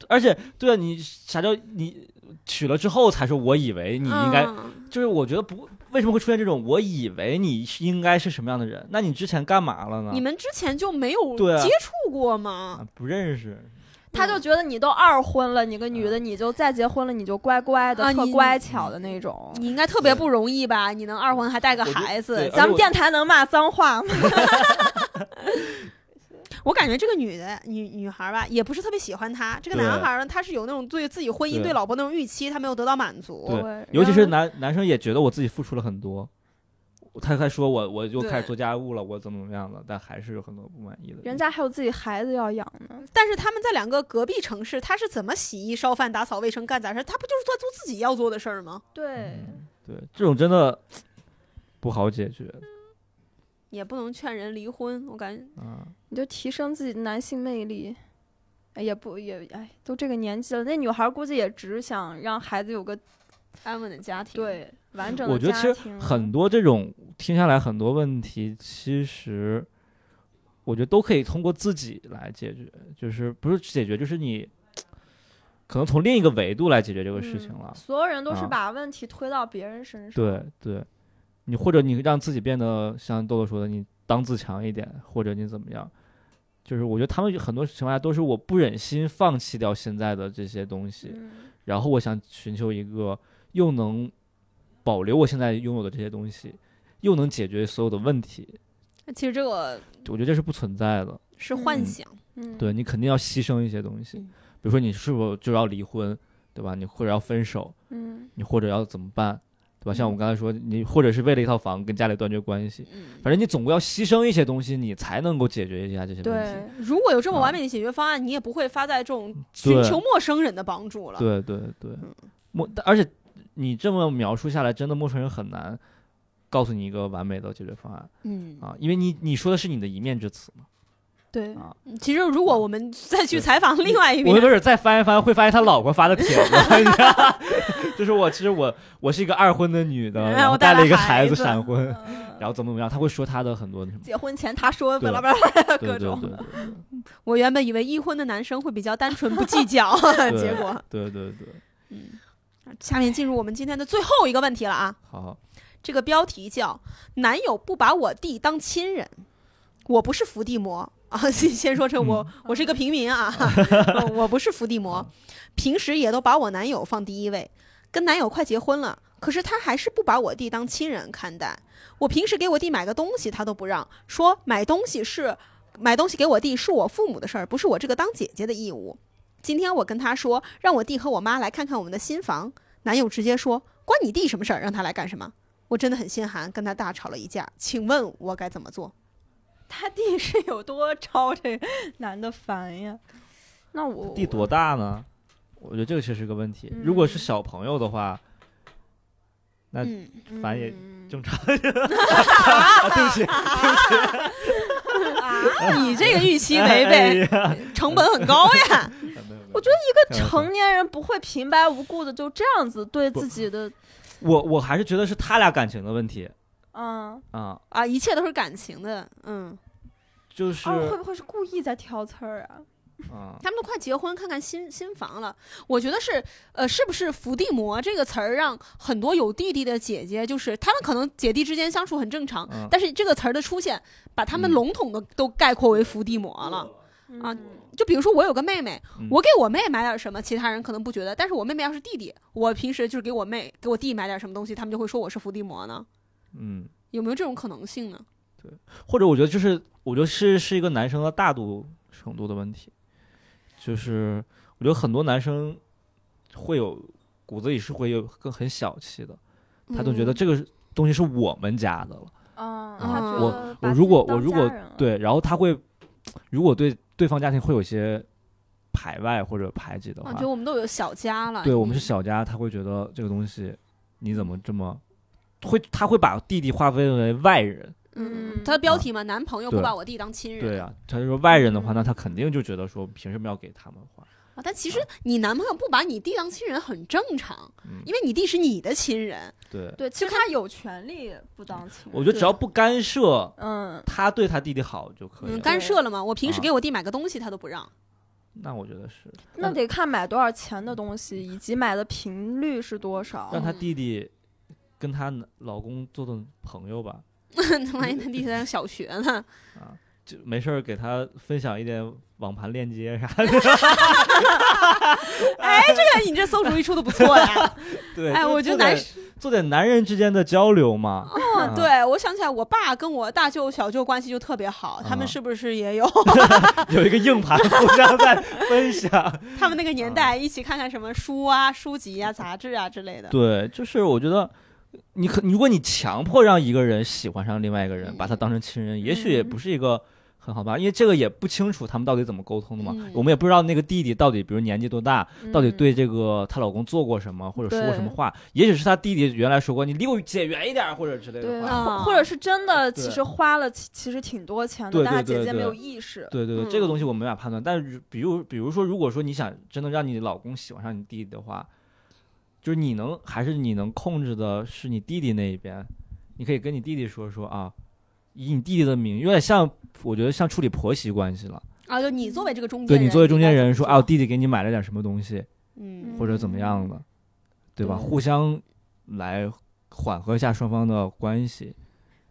Speaker 3: 而且，对啊，你啥叫你娶了之后才说？我以为你应该，
Speaker 1: 嗯
Speaker 3: 就是我觉得不为什么会出现这种？我以为你是应该是什么样的人？那你之前干嘛了呢？
Speaker 1: 你们之前就没有
Speaker 3: 啊对啊
Speaker 1: 接触过吗？
Speaker 3: 啊不认识，
Speaker 5: 他
Speaker 2: 嗯
Speaker 5: 就觉得你都二婚了，你个女
Speaker 3: 嗯
Speaker 5: 的，你就再结婚了，你就乖乖的，
Speaker 1: 啊
Speaker 5: 特
Speaker 1: 你
Speaker 5: 乖巧的那种。
Speaker 1: 你应该特别不容易吧？你能二婚还带个
Speaker 3: 我觉
Speaker 1: 孩
Speaker 3: 对
Speaker 1: 子，
Speaker 3: 而且
Speaker 5: 咱们
Speaker 3: 我
Speaker 5: 电台能骂脏话吗？
Speaker 1: 我感觉这个女的女女孩吧，也不是特别喜欢他。这个
Speaker 3: 对
Speaker 1: 男孩呢，他是有那种对自己婚姻、
Speaker 3: 对
Speaker 1: 对老婆那种预期，他没有得到满足
Speaker 3: 对。
Speaker 5: 对
Speaker 3: 尤其
Speaker 5: 然
Speaker 3: 是
Speaker 5: 后
Speaker 3: 男男生也觉得我自己付出了很多，他还说我我就开始做家务了，我怎么怎么样了，但还是有很多不满意的。
Speaker 5: 人家还有自己孩子要养呢。
Speaker 1: 但是他们在两个隔壁城市，他是怎么洗衣、烧饭、打扫卫生、干杂事儿？他不就是在做自己要做的事儿吗？
Speaker 5: 对，
Speaker 2: 嗯
Speaker 3: 嗯对这种真的不好解决
Speaker 1: 也不能劝人离婚，我感觉
Speaker 3: 啊。
Speaker 5: 你就提升自己的男性魅力，哎也不也哎，都这个年纪了，那女孩估计也只想让孩子有个
Speaker 1: 安稳的家庭。，
Speaker 5: 对完整
Speaker 3: 我
Speaker 5: 的
Speaker 3: 觉得其实
Speaker 5: 家庭。
Speaker 3: 很多这种听下来很多问题，其实我觉得都可以通过自己来解决，就是不是解决，就是你可能从另一个维度来解决这个事情了。
Speaker 2: 嗯
Speaker 5: 嗯所有人都是
Speaker 3: 啊
Speaker 5: 把问题推到别人身上。
Speaker 3: 对对，你或者你让自己变得像豆豆说的，你当自强一点，或者你怎么样，就是我觉得他们很多情况下都是我不忍心放弃掉现在的这些东西，
Speaker 5: 嗯
Speaker 3: 然后我想寻求一个又能保留我现在拥有的这些东西，又能解决所有的问题，
Speaker 1: 其实这个
Speaker 3: 我觉得这是不存在的。
Speaker 1: 是幻想。
Speaker 5: 嗯，
Speaker 3: 对你肯定要牺牲一些东西，比
Speaker 1: 嗯
Speaker 3: 如说你是否就要离婚，对吧？你或者要分手，
Speaker 5: 嗯，
Speaker 3: 你或者要怎么办，对吧？像我们
Speaker 5: 嗯
Speaker 3: 刚才说，你或者是为了一套房跟家里断绝关系，
Speaker 1: 嗯，
Speaker 3: 反正你总归要牺牲一些东西，你才能够解决一下这些问题。
Speaker 5: 对，
Speaker 1: 如果有这么完美
Speaker 3: 啊
Speaker 1: 的解决方案，你也不会发在这种寻求陌生人的帮助了。
Speaker 3: 嗯对对对，陌但而且你这么描述下来，真的陌生人很难告诉你一个完美的解决方案
Speaker 1: 嗯，
Speaker 3: 啊，因为你你说的是你的一面之词嘛
Speaker 5: 对，
Speaker 3: 啊。
Speaker 1: 其实如果我们再去
Speaker 3: 对
Speaker 1: 采访另外一
Speaker 3: 我们
Speaker 1: 边
Speaker 3: 没，准再翻一翻，会发现她老婆发的帖子， 你知道吗就是我其实我我是一个二婚的女的，
Speaker 1: 然
Speaker 3: 然
Speaker 1: 后
Speaker 3: 后
Speaker 1: 带
Speaker 3: 嗯带了
Speaker 1: 了
Speaker 3: 一个
Speaker 1: 孩
Speaker 3: 孩子
Speaker 1: 子
Speaker 3: 闪婚，
Speaker 5: 嗯
Speaker 3: 然后怎么怎么样，她会说她的很多那什么，
Speaker 5: 结婚前他说
Speaker 3: 对
Speaker 5: 巴拉巴拉
Speaker 3: 对
Speaker 5: 各
Speaker 3: 对对
Speaker 5: 种
Speaker 3: 对
Speaker 1: 我原本以为已婚的男生会比较单纯不计较，结果，
Speaker 3: 对对对，
Speaker 1: 嗯，下面进入我们今天的最后一个问题了啊。
Speaker 3: 好好，
Speaker 1: 这个标题叫“男友不把我弟当亲人”，我不是伏地魔啊！ 先说成我，我是一个平民啊， 我不是伏地魔，平时也都把我男友放第一位。跟男友快结婚了，可是他还是不把我弟当亲人看待。我平时给我弟买个东西，他都不让，说买东西是买东西给我弟是我父母的事儿，不是我这个当姐姐的义务。今天我跟他说，让我弟和我妈来看看我们的新房，男友直接说关你弟什么事儿，让他来干什么？我真的很心寒，跟他大吵了一架。请问我该怎么做？
Speaker 5: 他弟 是有多招这男的烦呀？那我
Speaker 3: 弟多大呢？我觉得这个确实是个问题。如果是小朋友的 话，那
Speaker 1: 嗯，
Speaker 3: 烦也
Speaker 5: 嗯
Speaker 3: 正常。啊，对不起，
Speaker 5: 啊，
Speaker 1: 你这个预期违背，
Speaker 3: 哎呀哎
Speaker 1: 成本很高呀。
Speaker 3: 我
Speaker 5: 觉
Speaker 3: 得
Speaker 5: 一个成年人不会平白无故的就这样子对自己的，
Speaker 3: 我我还是觉得是他俩感情的问题
Speaker 5: 嗯，
Speaker 3: 啊，
Speaker 1: 啊，一切都是感情的。嗯，
Speaker 3: 就是
Speaker 5: 啊，会不会是故意在挑刺儿啊？
Speaker 3: 啊，
Speaker 1: 他们都快结婚，看看新新房了。我觉得是，呃，是不是“伏地魔”这个词儿让很多有弟弟的姐姐，就是他们可能姐弟之间相处很正常，
Speaker 3: 嗯
Speaker 1: 但是这个词儿的出现，把他们
Speaker 3: 嗯
Speaker 1: 笼统的都概括为“伏地魔”了。啊
Speaker 5: 嗯
Speaker 1: 就比如说我有个妹妹
Speaker 3: 嗯，
Speaker 1: 我给我妹买点什么，其他人可能不觉得，但是我妹妹要是弟弟，我平时就是给我妹给我弟买点什么东西，他们就会说我是伏地魔呢，
Speaker 3: 嗯，
Speaker 1: 有没有这种可能性呢？
Speaker 3: 或者我觉得就是，我觉得是是一个男生的大度程度的问题，就是我觉得很多男生会有骨子里是会有更很小气的，他都觉得
Speaker 1: 嗯
Speaker 3: 这个东西是我们家的了。
Speaker 2: 嗯
Speaker 5: 啊，
Speaker 3: 啊
Speaker 5: 他觉
Speaker 1: 我
Speaker 5: 得把
Speaker 3: 我
Speaker 5: 自
Speaker 3: 如
Speaker 5: 己
Speaker 3: 果我
Speaker 5: 当
Speaker 3: 如
Speaker 5: 家
Speaker 3: 果
Speaker 5: 人了，
Speaker 3: 对，然后他会，如果对对方家庭会有一些排外或者排挤的
Speaker 1: 啊
Speaker 3: 话，
Speaker 1: 觉得我们都有小家了，
Speaker 3: 对我们是
Speaker 1: 嗯
Speaker 3: 小家，他会觉得这个东西你怎么这么会，他会把弟弟划分为外人。
Speaker 1: 嗯，
Speaker 5: 嗯
Speaker 1: 他的标题嘛，男朋友不
Speaker 3: 啊对
Speaker 1: 把我弟当亲人，
Speaker 3: 对啊，他就说外人的话，
Speaker 5: 嗯
Speaker 3: 那他肯定就觉得说凭什么要给他们花？
Speaker 1: 啊，但其实你男朋友不把你弟当亲人很正常，
Speaker 3: 嗯，
Speaker 1: 因为你弟是你的亲人。
Speaker 3: 对，
Speaker 2: 对，其实他有权利不当亲人。
Speaker 3: 我觉得只要不干涉，
Speaker 2: 嗯，
Speaker 3: 他对他弟弟好就可以
Speaker 1: 嗯，
Speaker 3: 了。
Speaker 1: 干涉了嘛？我平时
Speaker 3: 啊
Speaker 1: 给我弟买个东西，他都不 让。
Speaker 3: 那我觉得是
Speaker 2: 那得看买多少钱的东西，以及买的频率是多
Speaker 1: 哦
Speaker 2: 少。
Speaker 3: 让他弟弟跟他老公做做朋友吧，
Speaker 1: 那万一他弟弟在上小学 呢？
Speaker 3: 啊，就没事儿给他分享一点网盘链接啥 的。
Speaker 1: 哎，这个你这馊主意出的不错呀！
Speaker 3: 对，
Speaker 1: 哎，
Speaker 3: 就
Speaker 1: 我觉得
Speaker 3: 做点
Speaker 1: 男
Speaker 3: 做点男人之间的交流嘛。
Speaker 1: 哦
Speaker 3: 啊，
Speaker 1: 对，我想起来，我爸跟我大舅、小舅关系就特别好，他
Speaker 3: 啊
Speaker 1: 们是不是也 有
Speaker 3: 有一个硬盘互相在分享。
Speaker 1: 他们那个年
Speaker 3: 啊
Speaker 1: 代一起看看什么书啊、书籍啊、杂志啊之类的？
Speaker 3: 对，就是我觉得。你可，如果你强迫让一个人喜欢上另外一个
Speaker 2: 嗯
Speaker 3: 人，把他当成亲人，也许也不是一个很好办法，因为这个也不清楚他们到底怎么沟通的嘛。
Speaker 1: 嗯
Speaker 3: 我们也不知道那个弟弟到底，比如年纪多大，到底
Speaker 2: 嗯
Speaker 3: 对这个她老公做过什么，或者说过什么
Speaker 2: 对
Speaker 3: 话。也许是她弟弟原来说过“你离我姐远一点”或者之类
Speaker 2: 对，
Speaker 3: 的话。
Speaker 1: 啊
Speaker 2: 或或者是真的，
Speaker 3: 对
Speaker 2: 其实花了其其实挺多钱
Speaker 3: 对
Speaker 2: 的，但他
Speaker 3: 对对
Speaker 2: 姐姐没
Speaker 3: 对
Speaker 2: 有意识。
Speaker 3: 对对对，
Speaker 1: 嗯
Speaker 3: 这个东西我没法判断。但是，比如比如说，如果说你想真的让你老公喜欢上你弟弟的话，就是你能还是你能控制的是你弟弟那一边，你可以跟你弟弟说说啊，以你弟弟的名，有点像我觉得像处理婆媳关系了。
Speaker 1: 啊，就你作为这个中间
Speaker 3: 对
Speaker 1: 人，
Speaker 3: 你作为中间人说，
Speaker 1: 你该
Speaker 3: 啊，
Speaker 1: 怎么
Speaker 3: 我
Speaker 1: 做
Speaker 3: 弟弟给你买了点什么东西，
Speaker 1: 嗯，
Speaker 3: 或者怎么样的，对吧？
Speaker 1: 对
Speaker 3: 互相来缓和一下双方的关系。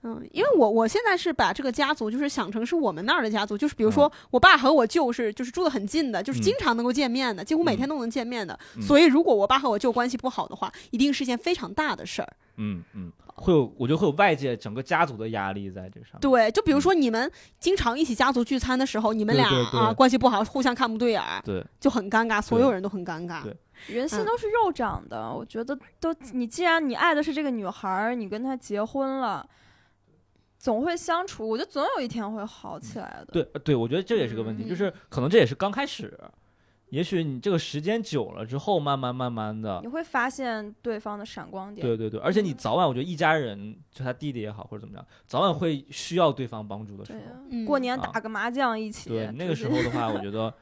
Speaker 1: 嗯，因为我我现在是把这个家族就是想成是我们那儿的家族，就是比如说
Speaker 3: 嗯
Speaker 1: 我爸和我舅是就是住的很近的，就是经常能够见面的，几乎每天都能见面的。
Speaker 3: 嗯
Speaker 1: 所以如果我爸和我舅关系不好的话，一定是一件非常大的事儿。
Speaker 3: 嗯嗯，会有，我觉得会有外界整个家族的压力在这上面。
Speaker 1: 对，就比如说你们经常一起家族聚餐的时候，你们
Speaker 3: 嗯对
Speaker 1: 俩
Speaker 3: 对对
Speaker 1: 啊关系不好，互相看不对眼儿，
Speaker 3: 对
Speaker 1: 就很尴尬，所有人都很尴尬
Speaker 3: 对。
Speaker 2: 人心
Speaker 1: 嗯
Speaker 2: 都是肉长的，我觉得都你既然你爱的是这个女孩儿，你跟她结婚了，总会相处，我觉得总有一天会好起来的。嗯
Speaker 3: 对呃对，我觉得这也是个问题，就是可能这也是刚开始，也许你这个时间久了之后，慢慢慢慢的
Speaker 2: 你，会发现对方的闪光
Speaker 3: 啊
Speaker 2: 点。嗯
Speaker 3: 对对对，而且你早晚，我觉得一家人，就他弟弟也好或者怎么样，早晚会需要对方帮助的时
Speaker 2: 对
Speaker 3: 候。
Speaker 1: 嗯
Speaker 2: 过年
Speaker 3: 啊
Speaker 2: 打个麻将一起。
Speaker 3: 对，那个时候的话，我觉得。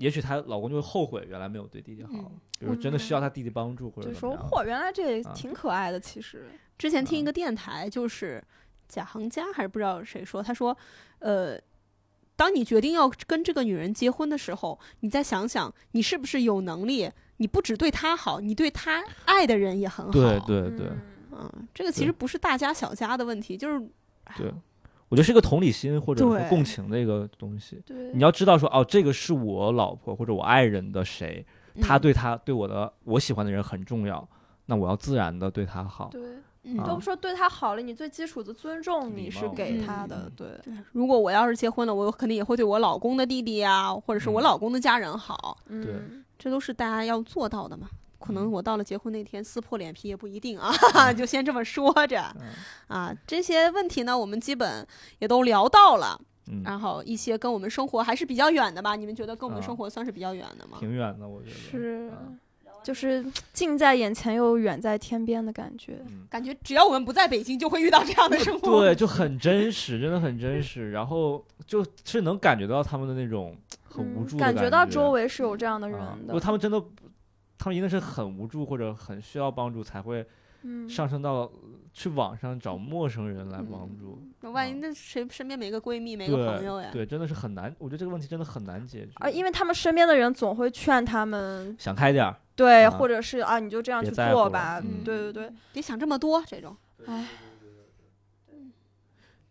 Speaker 3: 也许她老公就会后悔原来没有对弟弟好，
Speaker 1: 嗯
Speaker 3: 比如真的需要他弟弟帮助或者
Speaker 2: 就
Speaker 3: 怎
Speaker 2: 说
Speaker 3: 么样。
Speaker 2: 嚯，原来这
Speaker 3: 啊
Speaker 2: 挺可爱的，其实。
Speaker 1: 之前
Speaker 3: 嗯
Speaker 1: 听一个电台，就是贾行家还是不知道谁说，他说，呃，当你决定要跟这个女人结婚的时候，你再想想，你是不是有能力，你不只对她好，你对她爱的人也很好。
Speaker 3: 对，对对
Speaker 2: 嗯
Speaker 1: 嗯，这个其实不是大家小家的问题，就是
Speaker 3: 对，我觉得是一个同理心或者说
Speaker 1: 对
Speaker 3: 共情的一个东西。
Speaker 2: 对。
Speaker 3: 你要知道说哦，这个是我老婆或者我爱人的谁，他
Speaker 1: 嗯
Speaker 3: 对他对我的我喜欢的人很重要，那我要自然的对他好。
Speaker 2: 对，
Speaker 1: 嗯
Speaker 3: 啊
Speaker 2: 都说对他好了，你最基础的尊重
Speaker 3: 礼
Speaker 2: 你
Speaker 3: 貌
Speaker 2: 是给
Speaker 1: 嗯
Speaker 2: 他的
Speaker 3: 嗯，
Speaker 2: 对。
Speaker 1: 如果我要是结婚了，我肯定也会对我老公的弟弟呀、或者是我
Speaker 3: 嗯
Speaker 1: 老公的家人好，
Speaker 3: 对
Speaker 2: 嗯
Speaker 1: 这都是大家要做到的嘛。可能
Speaker 3: 嗯
Speaker 1: 我到了结婚那天撕破脸皮也不一定啊， 就先这么说着
Speaker 3: 嗯
Speaker 1: 啊。这些问题呢，我们基本也都聊到了，
Speaker 3: 嗯，
Speaker 2: 啊
Speaker 1: 然后一些跟我们生活还是比较远的吧？你们觉得跟我们
Speaker 3: 啊
Speaker 1: 生活算是比较远的吗？
Speaker 3: 挺远的，我觉得。
Speaker 2: 是
Speaker 3: 啊，
Speaker 2: 就是近在眼前又远在天边的感觉。
Speaker 3: 嗯，
Speaker 1: 感觉只要我们不在北京，就会遇到这样的生活。
Speaker 3: 对，就很真实，真的很真实。然后就是能感觉到他们的那种很无
Speaker 2: 嗯
Speaker 3: 助的
Speaker 2: 感
Speaker 3: 觉
Speaker 2: 到周围是有这样的人
Speaker 3: 啊如
Speaker 2: 的
Speaker 3: 果。他们真的，他们一定是很无助或者很需要帮助，才会
Speaker 2: 嗯，
Speaker 3: 上升到去网上找陌生人来帮助。
Speaker 1: 那万一
Speaker 3: 啊
Speaker 1: 那谁身边没个闺蜜、没个朋友
Speaker 3: 对
Speaker 1: 呀？
Speaker 3: 对，真的是很难。我觉得这个问题真的很难解决。
Speaker 2: 而啊因为他们身边的人总会劝他们，
Speaker 3: 想开点儿，
Speaker 2: 对，
Speaker 3: 啊
Speaker 2: 或者是啊，你就这样
Speaker 3: 别
Speaker 2: 去
Speaker 3: 在乎
Speaker 2: 做
Speaker 3: 了
Speaker 2: 吧。
Speaker 3: 嗯
Speaker 2: 对对对，
Speaker 1: 别想这么多，这种，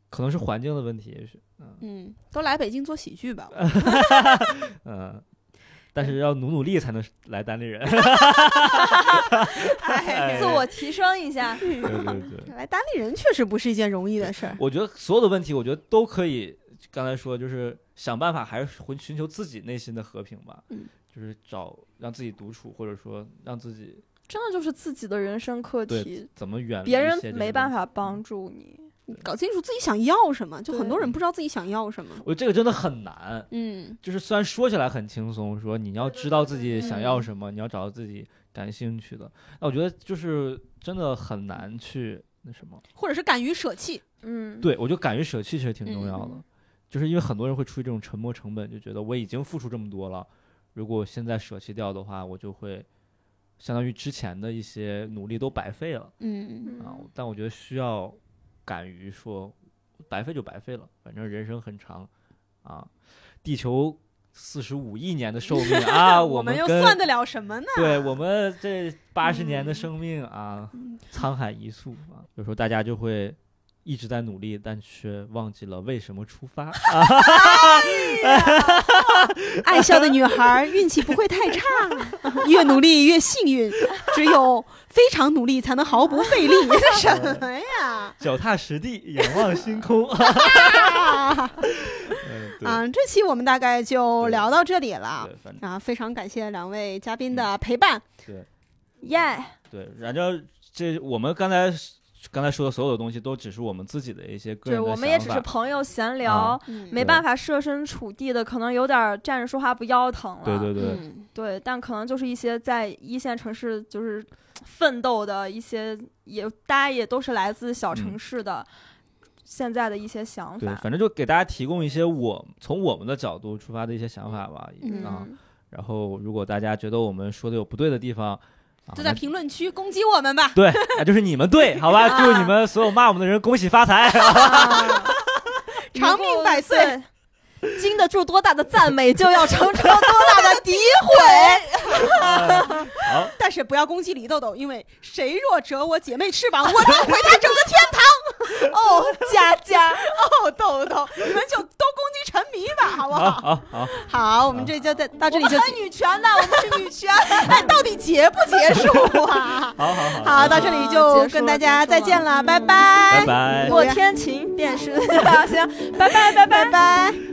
Speaker 3: 可能是环境的问题，也许。
Speaker 1: 嗯，都来北京做喜剧吧。
Speaker 3: 呃嗯，但是要努努力才能来单立人。
Speaker 1: 哎
Speaker 2: 自我提升一下。
Speaker 3: 对对对，
Speaker 1: 来单立人确实不是一件容易的事儿。
Speaker 3: 我觉得所有的问题，我觉得都可以。刚才说就是想办法，还是寻寻求自己内心的和平吧。
Speaker 1: 嗯，
Speaker 3: 就是找让自己独处，或者说让自己
Speaker 2: 真的就是自己的人生课
Speaker 3: 对
Speaker 2: 题，
Speaker 3: 怎么远离
Speaker 2: 别
Speaker 3: 一些
Speaker 2: 人
Speaker 3: 这
Speaker 2: 没
Speaker 3: 个
Speaker 2: 办
Speaker 3: 东西。嗯
Speaker 2: 法帮助你。
Speaker 1: 搞清楚自己想要什么，就很多
Speaker 2: 对
Speaker 1: 人不知道自己想要什么。
Speaker 3: 我觉得这个真的很难。
Speaker 1: 嗯，
Speaker 3: 就是虽然说起来很轻松，说你要知道自己想要什么，你要找到自己感兴趣的，那我觉得就是真的很难去那什么。
Speaker 1: 或者是敢于舍弃。
Speaker 2: 嗯，
Speaker 3: 对，我就敢于舍弃其实挺重要的，
Speaker 2: 嗯
Speaker 3: 就是因为很多人会出于这种沉没成本，就觉得我已经付出这么多了，如果我现在舍弃掉的话，我就会相当于之前的一些努力都白费了
Speaker 1: 嗯，
Speaker 3: 啊
Speaker 2: 嗯。
Speaker 3: 但我觉得需要敢于说，白费就白费了，反正人生很长啊，地球四十五亿年的寿命啊，
Speaker 1: 我
Speaker 3: 们
Speaker 1: 又
Speaker 3: 跟
Speaker 1: 算得了什么呢？
Speaker 3: 对我们这八十年的
Speaker 2: 嗯
Speaker 3: 生命啊，沧海一粟啊，有时候大家就会一直在努力，但却忘记了为什么出发 啊。
Speaker 1: 爱笑的女孩运气不会太差，啊 越努力越幸运，只有非常努力才能毫不 费力。什么呀？
Speaker 3: 脚踏实地，仰望星空。
Speaker 1: 啊，
Speaker 3: 嗯，对
Speaker 1: 啊这期我们大概就聊到这里了
Speaker 3: 对，反正
Speaker 1: 啊，非常感谢两位嘉宾的陪伴。
Speaker 2: 耶、
Speaker 3: 对，然后这我们刚才刚才说的所有的东西，都只是我们自己的一些个
Speaker 2: 对，
Speaker 3: 人的
Speaker 2: 我们也
Speaker 3: 想
Speaker 2: 只是
Speaker 3: 法
Speaker 2: 朋友闲聊，
Speaker 3: 啊
Speaker 1: 嗯
Speaker 2: 没办法设身处地的，可能有点儿站着说话不腰疼了。
Speaker 3: 对对对，
Speaker 1: 嗯
Speaker 2: 对但可能就是一些在一线城市就是奋斗的一些，也大家也都是来自小城市的，现在的一些想
Speaker 3: 嗯对，
Speaker 2: 法。
Speaker 3: 反正就给大家提供一些我从我们的角度出发的一些想法吧。
Speaker 1: 嗯
Speaker 3: 啊，
Speaker 2: 嗯，
Speaker 3: 然后如果大家觉得我们说的有不对的地方，啊
Speaker 1: 就在
Speaker 3: 那
Speaker 1: 评论区攻击我们吧。
Speaker 3: 对，啊，就是你们对，好吧？祝你们所有骂我们的人恭喜发财。
Speaker 1: 长命百岁
Speaker 2: 啊如果。对经得住多大的赞美，就要承受多大的诋毁。
Speaker 3: 好，
Speaker 1: 但是不要攻击李豆豆，因为谁若折我姐妹翅 膀，我就毁他整个天
Speaker 2: 哦，佳佳，
Speaker 1: 堂。豆豆，哦你们就都攻击沉迷吧，好不
Speaker 3: 好，
Speaker 1: 好？
Speaker 3: 好，好，？
Speaker 1: 好，我们这就到到这里就
Speaker 2: 我们很女权的，我们是女 权。
Speaker 1: 哎，到底结不结束啊
Speaker 3: 好， 好，
Speaker 1: 好，到这里
Speaker 2: 啊
Speaker 1: 就跟大家再见了，拜拜，
Speaker 3: 拜拜。
Speaker 2: 过天晴便是 行，拜拜拜拜
Speaker 1: 拜拜。